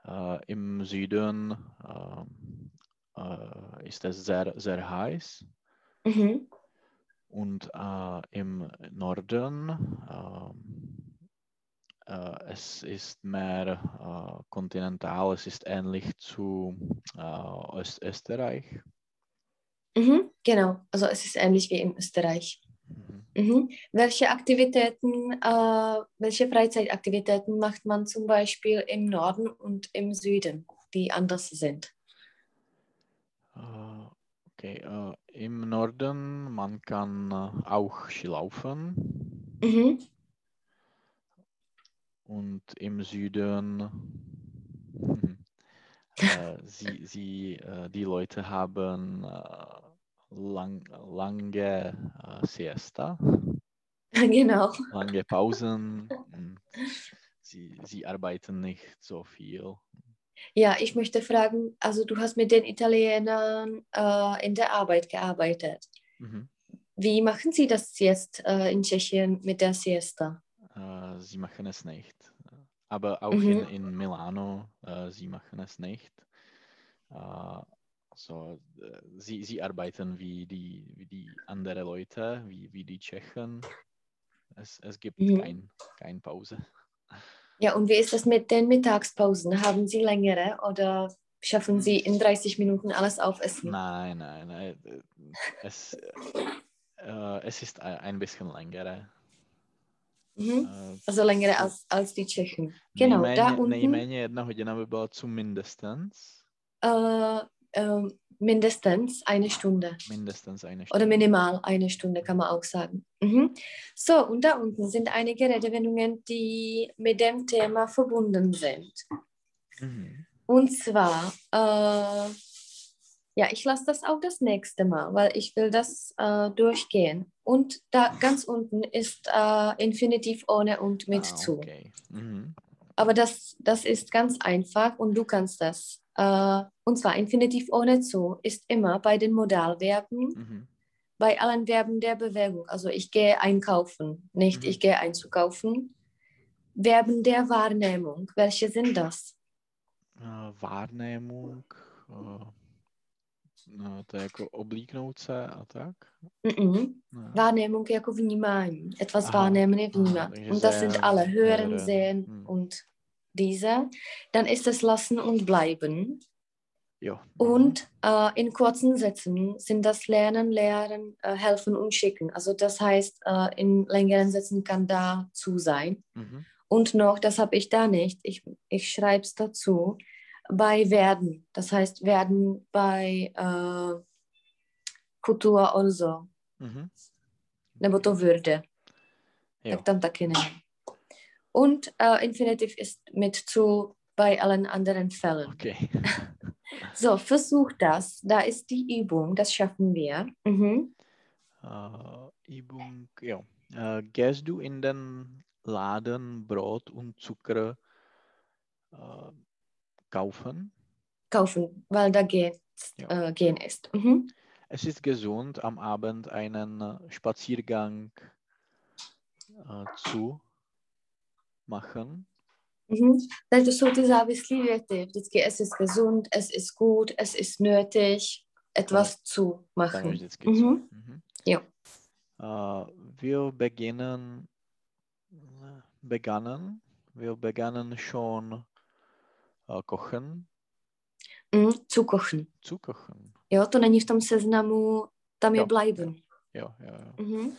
Speaker 1: Äh, Im Süden ähm, äh, ist es sehr, sehr heiß
Speaker 2: Mhm.
Speaker 1: und äh, im Norden ähm, äh, es ist mehr äh, kontinental, es ist ähnlich zu äh, Öst Österreich.
Speaker 2: Mhm. Genau, also es ist ähnlich wie in Österreich.
Speaker 1: Mhm.
Speaker 2: Mhm. Welche Aktivitäten, äh, welche Freizeitaktivitäten macht man zum Beispiel im Norden und im Süden, die anders sind?
Speaker 1: Äh, Okay, äh, im Norden man kann äh, auch Skilaufen
Speaker 2: Mhm.
Speaker 1: und im Süden hm, äh, sie, sie, äh, die Leute haben äh, lang, lange äh, Siesta,
Speaker 2: Genau.
Speaker 1: lange Pausen. und Sie, sie arbeiten nicht so viel.
Speaker 2: Ja, ich möchte fragen, also du hast mit den Italienern äh, in der Arbeit gearbeitet.
Speaker 1: Mhm.
Speaker 2: Wie machen sie das jetzt äh, in Tschechien mit der Siesta?
Speaker 1: Äh, sie machen es nicht. Aber auch
Speaker 2: Mhm.
Speaker 1: in, in Milano, äh, sie machen es nicht. Äh, so, äh, sie, sie arbeiten wie die, wie die anderen Leute, wie, wie die Tschechen. Es, es gibt
Speaker 2: Mhm.
Speaker 1: kein, keine Pause.
Speaker 2: Ja, und wie ist das mit den Mittagspausen? Haben Sie längere oder schaffen Sie in 30 Minuten alles aufessen?
Speaker 1: Nein, nein, nein. Es, äh, es ist ein- ein bisschen längere.
Speaker 2: Mhm.
Speaker 1: Äh,
Speaker 2: Also längere als, als die Tschechen. Genau,
Speaker 1: nejméně,
Speaker 2: da unten
Speaker 1: nejméně jedna hodina by byla co mindestens.
Speaker 2: äh, ähm, mindestens eine Stunde
Speaker 1: Mindestens eine
Speaker 2: oder
Speaker 1: Stunde.
Speaker 2: minimal eine Stunde kann man auch sagen. Mhm. So, und da unten sind einige Redewendungen, die mit dem Thema verbunden sind.
Speaker 1: Mhm.
Speaker 2: Und zwar, äh, ja, ich lasse das auch das nächste Mal, weil ich will das äh, durchgehen. Und da ganz unten ist äh, Infinitiv ohne und mit
Speaker 1: Ah,
Speaker 2: zu.
Speaker 1: okay. Mhm.
Speaker 2: Aber das, das ist ganz einfach und du kannst das. Äh, und zwar Infinitiv ohne zu ist immer bei den Modalverben,
Speaker 1: Mhm.
Speaker 2: bei allen Verben der Bewegung. Also ich gehe einkaufen, nicht
Speaker 1: Mhm.
Speaker 2: ich gehe einzukaufen. Verben der Wahrnehmung, welche sind das?
Speaker 1: Eh, Wahrnehmung, eh, no, to je jako oblíknout se a tak.
Speaker 2: Mhm.
Speaker 1: Ne.
Speaker 2: Wahrnehmung jako vnímání. Etwas
Speaker 1: Aha, Ah,
Speaker 2: wahrnehmen, je
Speaker 1: aha,
Speaker 2: vnímat.
Speaker 1: takže
Speaker 2: Und das sind
Speaker 1: sehen,
Speaker 2: alle hören,
Speaker 1: hören,
Speaker 2: sehen
Speaker 1: hm.
Speaker 2: und diese. Dann ist es lassen und bleiben.
Speaker 1: Jo. mhm.
Speaker 2: Und äh, in kurzen Sätzen sind das Lernen, Lehren, äh, Helfen und Schicken. Also das heißt, äh, in längeren Sätzen kann dazu sein.
Speaker 1: Mhm.
Speaker 2: Und noch, das habe ich da nicht, ich, ich schreibe es dazu, bei werden. Das heißt, werden bei äh, Kultur also oder so.
Speaker 1: Mhm.
Speaker 2: Nebo to würde.
Speaker 1: Jo.
Speaker 2: tak tam taky ne. Und äh, Infinitiv ist mit zu bei allen anderen Fällen.
Speaker 1: Okay.
Speaker 2: So, versuch das. Da ist die Übung, das schaffen wir. Mhm.
Speaker 1: Eh, Übung, jo. Eh, gehst du in den Laden Brot und Zucker eh, kaufen?
Speaker 2: Kaufen, weil da geht,
Speaker 1: Ja.
Speaker 2: äh, gehen ist. Mhm.
Speaker 1: Es ist gesund, am Abend einen äh, Spaziergang äh, zu machen.
Speaker 2: Mhm. Takže to jsou ty závislé věty. Vždycky es ist gesund, es ist gut, es ist nötig, etwas zu
Speaker 1: Tam
Speaker 2: machen.
Speaker 1: vždycky zu.
Speaker 2: Mhm.
Speaker 1: Mhm.
Speaker 2: Jo.
Speaker 1: Äh, wir beginnen, begannen, wir begannen schon äh, kochen,
Speaker 2: Mhm. Zu kochen.
Speaker 1: zu kochen.
Speaker 2: Jo, to není v tom seznamu, tam je
Speaker 1: Jo.
Speaker 2: bleiben.
Speaker 1: Ja, ja, ja.
Speaker 2: Mhm.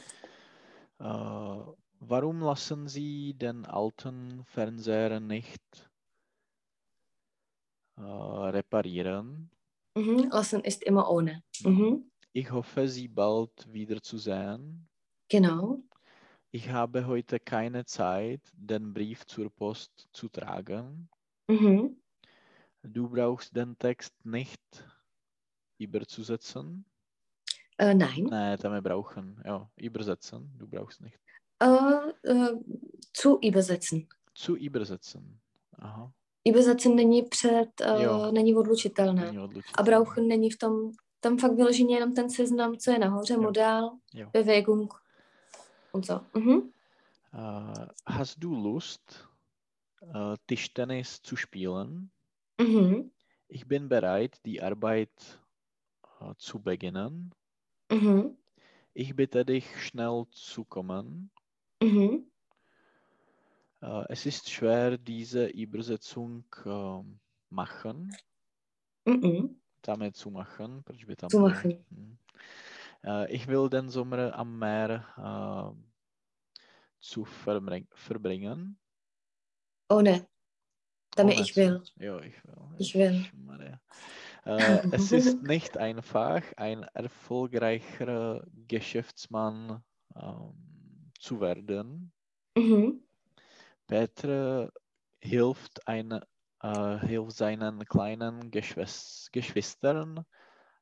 Speaker 1: Äh, warum lassen Sie den alten Fernseher nicht äh, reparieren?
Speaker 2: Mhm. Lassen ist immer ohne. Mhm.
Speaker 1: Ich hoffe, Sie bald wiederzusehen.
Speaker 2: Genau.
Speaker 1: Ich habe heute keine Zeit, den Brief zur Post zu tragen.
Speaker 2: Mhm.
Speaker 1: Du brauchst den Text nicht überzusetzen.
Speaker 2: Äh, nein.
Speaker 1: Ne, tam je brauchen. Jo, übersetzen. Du brauchst nicht.
Speaker 2: Äh, äh, zu übersetzen.
Speaker 1: Zu übersetzen. Aha.
Speaker 2: Übersetzen není před,
Speaker 1: Jo.
Speaker 2: äh, není odlučitelné.
Speaker 1: Není odlučitelné.
Speaker 2: A brauchen není v tom, tam fakt vyloženě jenom ten seznam, co je nahoře,
Speaker 1: Jo.
Speaker 2: modál,
Speaker 1: Jo.
Speaker 2: Bewegung und so. Mhm.
Speaker 1: Äh, hast du Lust, äh, Tischtennis zu spielen?
Speaker 2: Mhm.
Speaker 1: Ich bin bereit, die Arbeit äh, zu beginnen.
Speaker 2: Mhm.
Speaker 1: Ich bitte dich, schnell zu kommen.
Speaker 2: Mhm.
Speaker 1: Äh, es ist schwer, diese Übersetzung ähm, machen.
Speaker 2: Mhm.
Speaker 1: Tame zu machen, proč by tam
Speaker 2: Zu
Speaker 1: bylo?
Speaker 2: machen.
Speaker 1: Hm. Äh, Ich will den Sommer am Meer äh, zu verbreng- verbringen. Oh,
Speaker 2: Ohne, tam je
Speaker 1: Ohne
Speaker 2: ich
Speaker 1: zu-
Speaker 2: will.
Speaker 1: Jo, ich will.
Speaker 2: Ich will.
Speaker 1: Maria. Äh, es ist nicht einfach, ein erfolgreicher Geschäftsmann ähm, zu werden.
Speaker 2: Mhm.
Speaker 1: Peter hilft, eine, äh, hilft seinen kleinen Geschwis Geschwistern,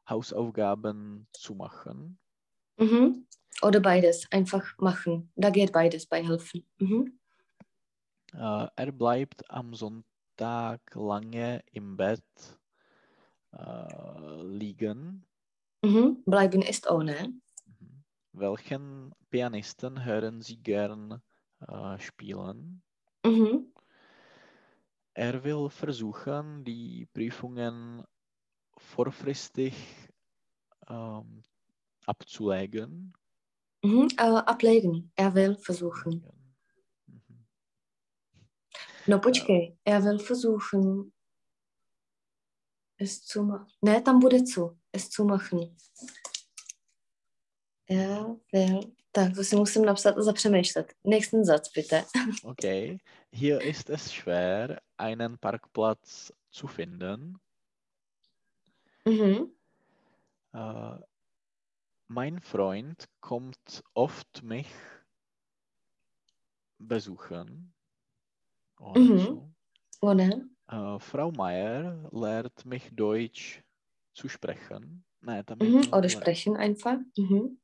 Speaker 1: Hausaufgaben zu machen.
Speaker 2: Mhm. Oder beides, einfach machen. Da geht beides bei helfen. Mhm.
Speaker 1: Äh, er bleibt am Sonntag lange im Bett äh, liegen.
Speaker 2: Mhm. Bleiben ist ohne.
Speaker 1: Mhm. Welchen Pianisten hören Sie gern äh, spielen?
Speaker 2: Mhm.
Speaker 1: Er will versuchen, die Prüfungen vorfristig ähm, abzulegen.
Speaker 2: Mhm. Äh, ablegen. Er will versuchen.
Speaker 1: Mhm.
Speaker 2: No počkej, já will versuchen, es zu machen. Ne, tam bude zu, es zu machen. Já will, tak to si musím napsat a zapřemýšlet. Nächsten Satz, bitte.
Speaker 1: Okay. Hier ist es schwer, einen Parkplatz zu finden.
Speaker 2: Mhm.
Speaker 1: Äh, mein Freund kommt oft mich besuchen. Oder
Speaker 2: Mhm.
Speaker 1: so.
Speaker 2: One.
Speaker 1: Äh, Frau Meier lehrt mich Deutsch zu sprechen. Nein, damit
Speaker 2: Mhm. Oder sprechen einfach. Mhm.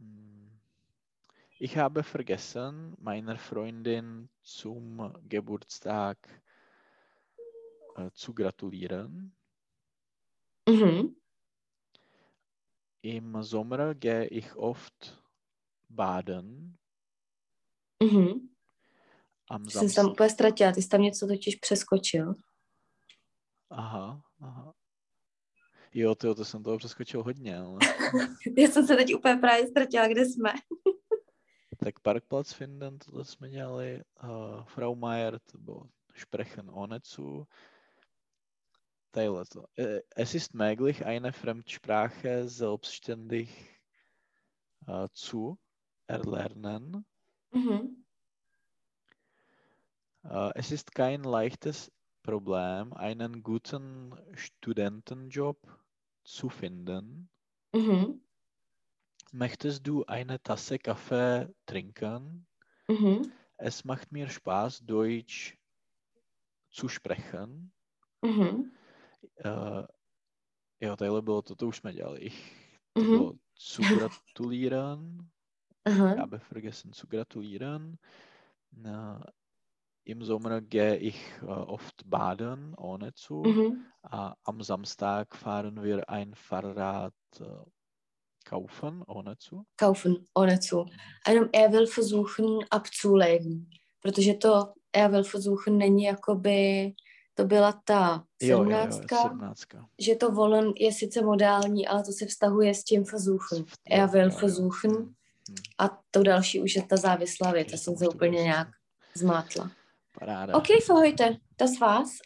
Speaker 1: Hm. Ich habe vergessen, meiner Freundin zum Geburtstag äh, zu gratulieren.
Speaker 2: Mhm.
Speaker 1: Im Sommer gehe ich oft baden.
Speaker 2: Mhm.
Speaker 1: Am
Speaker 2: Jsem se tam
Speaker 1: Samstag.
Speaker 2: úplně ztratila, ty jsi tam něco totiž přeskočil.
Speaker 1: Aha, aha. Jo, tyjo, to jsem toho přeskočil hodně. Ale...
Speaker 2: Já jsem se teď úplně právě ztratila, kde jsme.
Speaker 1: tak Parkplatz finden, tohle jsme dělali. Uh, Frau Meier, to bylo Sprechen ohne zu. Tadyhle to. Eh, Es ist möglich, eine Fremdsprache selbstständig uh, zu erlernen.
Speaker 2: Mhm.
Speaker 1: Äh, es ist kein leichtes Problem, einen guten Studentenjob zu finden.
Speaker 2: Mhm.
Speaker 1: Möchtest du eine Tasse Kaffee trinken?
Speaker 2: Mhm.
Speaker 1: Es macht mir Spaß, Deutsch zu sprechen.
Speaker 2: Mhm.
Speaker 1: Äh, jo, tadyhle bylo to, to už jsme dělali. Ich, to
Speaker 2: Mhm.
Speaker 1: bylo zu gratulieren.
Speaker 2: Aha.
Speaker 1: habe vergessen zu gratulieren. Na, Eh, Im Sommer gehe ich äh, oft baden, ohne zu.
Speaker 2: Mhm.
Speaker 1: Äh, am Samstag fahren wir ein Fahrrad äh, kaufen, ohne zu.
Speaker 2: Kaufen, ohne zu. A jenom er will versuchen abzulegen. Protože to er will versuchen není jakoby, to byla ta sedmnáctka,
Speaker 1: sedmnáctka.
Speaker 2: že to volen je sice modální, ale to se vztahuje s tím versuchen. Er will versuchen a to další už je ta závislá věta, jsem se úplně nějak zmátla.
Speaker 1: prostě Paráda.
Speaker 2: Okay, für heute. Das war's.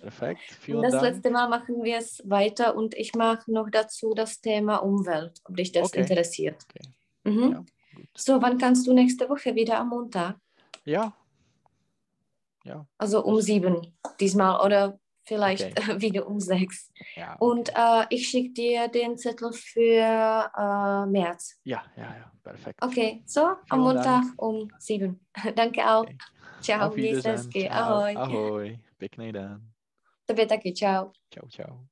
Speaker 1: Perfekt. Vielen
Speaker 2: Das
Speaker 1: Dank.
Speaker 2: letzte Mal machen wir es weiter und ich mache noch dazu das Thema Umwelt, ob dich das
Speaker 1: Okay.
Speaker 2: interessiert.
Speaker 1: Okay.
Speaker 2: Mhm.
Speaker 1: Ja, gut.
Speaker 2: So, wann kannst du nächste Woche wieder am Montag?
Speaker 1: Ja,
Speaker 2: Also um
Speaker 1: Das-
Speaker 2: sieben diesmal oder vielleicht wieder um sechs.
Speaker 1: ja.
Speaker 2: Und
Speaker 1: okay.
Speaker 2: äh, ich schicke dir den Zettel für äh, März.
Speaker 1: ja, ja, ja. Perfekt.
Speaker 2: Okay, so am
Speaker 1: Vielen
Speaker 2: Montag
Speaker 1: Dank.
Speaker 2: um sieben. Danke auch.
Speaker 1: Okay.
Speaker 2: Ciao,
Speaker 1: Auf
Speaker 2: měj se
Speaker 1: Wiedersehen.
Speaker 2: hezky.
Speaker 1: Čau.
Speaker 2: Ahoj.
Speaker 1: Ahoj. Pěkný den.
Speaker 2: Tobě taky, čau.
Speaker 1: Čau, čau.